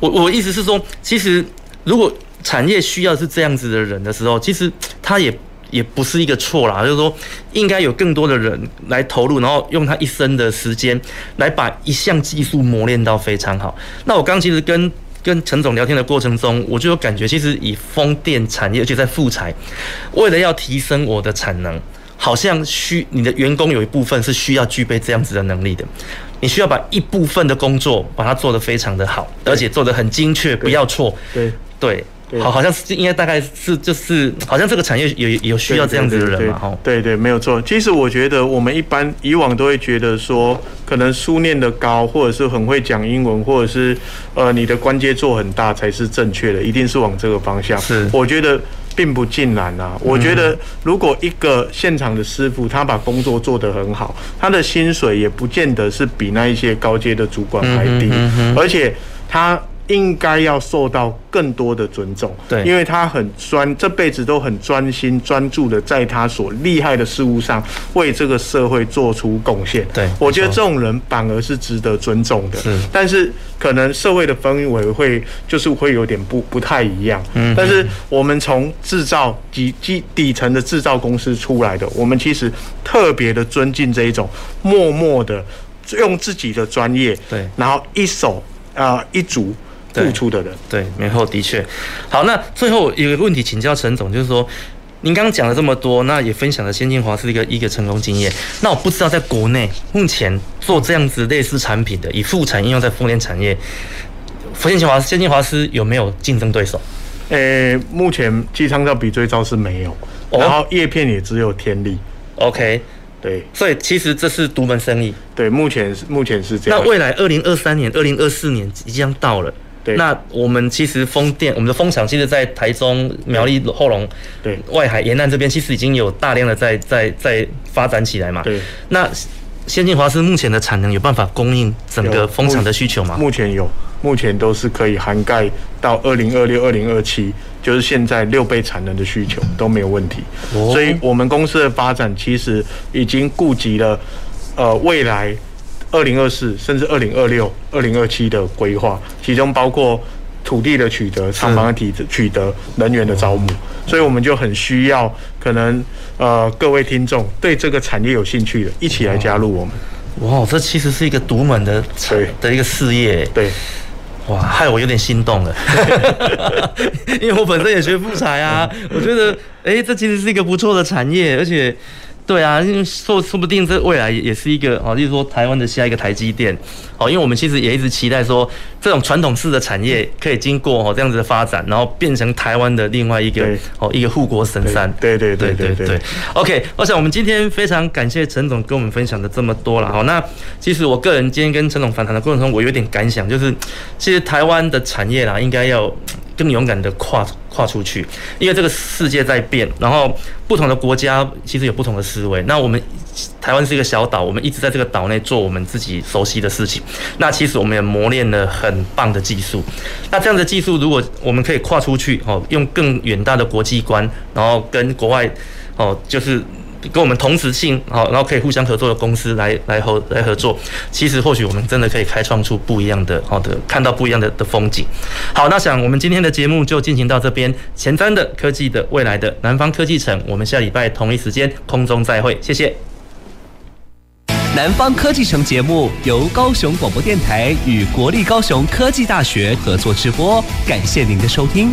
Speaker 1: 我我意思是说，其实如果产业需要是这样子的人的时候，其实他也也不是一个错啦，就是说应该有更多的人来投入，然后用他一生的时间来把一项技术磨练到非常好。那我刚其实跟跟陈总聊天的过程中，我就有感觉，其实以风电产业，而且在富材，为了要提升我的产能。好像需你的员工有一部分是需要具备这样子的能力的。你需要把一部分的工作把它做得非常的好，而且做得很精确，不要错。
Speaker 2: 对
Speaker 1: 对，好，好像是应该大概是就是，好像这个产业有有需要这样子的人嘛，哦哈。
Speaker 2: 对对，没有错。其实我觉得我们一般以往都会觉得说，可能书念得高，或者是很会讲英文，或者是呃你的关节做很大才是正确的，一定是往这个方向。
Speaker 1: 是
Speaker 2: 我觉得。并不尽然啊，我觉得如果一个现场的师傅他把工作做得很好，他的薪水也不见得是比那一些高阶的主管还
Speaker 1: 嗯哼
Speaker 2: 低，
Speaker 1: 嗯哼
Speaker 2: 而且他应该要受到更多的尊重。
Speaker 1: 对
Speaker 2: 因为他很专，这辈子都很专心专注的在他所厉害的事物上，为这个社会做出贡献。
Speaker 1: 对
Speaker 2: 我觉得
Speaker 1: 没
Speaker 2: 这
Speaker 1: 错
Speaker 2: 种人反而是值得尊重的。
Speaker 1: 是
Speaker 2: 但是可能社会的氛围会就是会有点不不太一样。
Speaker 1: 嗯
Speaker 2: 但是我们从制造及基底层的制造公司出来的，我们其实特别的尊敬这一种默默的用自己的专业，
Speaker 1: 对，
Speaker 2: 然后一手啊、呃一足
Speaker 1: 对
Speaker 2: 付出的人。
Speaker 1: 对，没错，的确。好，那最后有一个问题请教陈总，就是说，您刚刚讲了这么多，那也分享了先进华是一个一个成功经验。那我不知道在国内目前做这样子类似产品的，以副产应用在风电产业，先进华先进华斯有没有竞争对手？
Speaker 2: 诶、目前机舱罩比追罩是没有，
Speaker 1: 哦
Speaker 2: 然后叶片也只有天力。
Speaker 1: OK，
Speaker 2: 对
Speaker 1: 所以其实这是独门生意。
Speaker 2: 对，目前是目前是这
Speaker 1: 那
Speaker 2: 样。
Speaker 1: 未来二零二三年、二零二四年即将到了。
Speaker 2: 对
Speaker 1: 那我们其实风电，我们的风场其实，在台中、苗栗、后龙、
Speaker 2: 对
Speaker 1: 外海沿岸这边，其实已经有大量的在在在发展起来嘛。
Speaker 2: 对。
Speaker 1: 那先进华是目前的产能有办法供应整个
Speaker 2: 有
Speaker 1: 风场的需求吗？
Speaker 2: 目前有，目前都是可以涵盖到二零二六、二零二七，就是现在六倍产能的需求都没有问题。
Speaker 1: 哦
Speaker 2: 所以我们公司的发展其实已经顾及了，呃，未来二零二四甚至二零二六、二零二七的规划，其中包括。土地的取得、厂房的体取得、人员的招募，所以我们就很需要可能呃各位听众对这个产业有兴趣的，一起来加入我们。
Speaker 1: 哇，这其实是一个独门的产的一个事业。
Speaker 2: 对。
Speaker 1: 哇，害我有点心动 了，因为我本身也学富材啊，
Speaker 2: 嗯
Speaker 1: 我觉得，哎、这其实是一个不错的产业，而且，对啊，因为说说不定这未来也也是一个哦，例如说台湾的下一个台积电，哦，因为我们其实也一直期待说，这种传统式的产业可以经过哦这样子的发展，然后变成台湾的另外一个
Speaker 2: 对
Speaker 1: 哦一个护国神山。
Speaker 2: 对对对对对
Speaker 1: 对。OK，我想我们今天非常感谢陈总跟我们分享的这么多了哈。那其实我个人今天跟陈总访谈的过程中，我有点感想，就是其实台湾的产业啦，应该要嗯更勇敢的跨跨出去，因为这个世界在变，然后不同的国家其实有不同的思维。那我们台湾是一个小岛，我们一直在这个岛内做我们自己熟悉的事情。那其实我们也磨练了很棒的技术。那这样的技术，如果我们可以跨出去哦，用更远大的国际观，然后跟国外哦，就是跟我们同时性好，然后可以互相合作的公司来来合来合作，其实或许我们真的可以开创出不一样的好的，看到不一样的的风景。好，那想我们今天的节目就进行到这边，前瞻的科技的未来的南方科技城，我们下礼拜同一时间空中再会，谢谢。
Speaker 8: 南方科技城节目由高雄广播电台与国立高雄科技大学合作直播，感谢您的收听。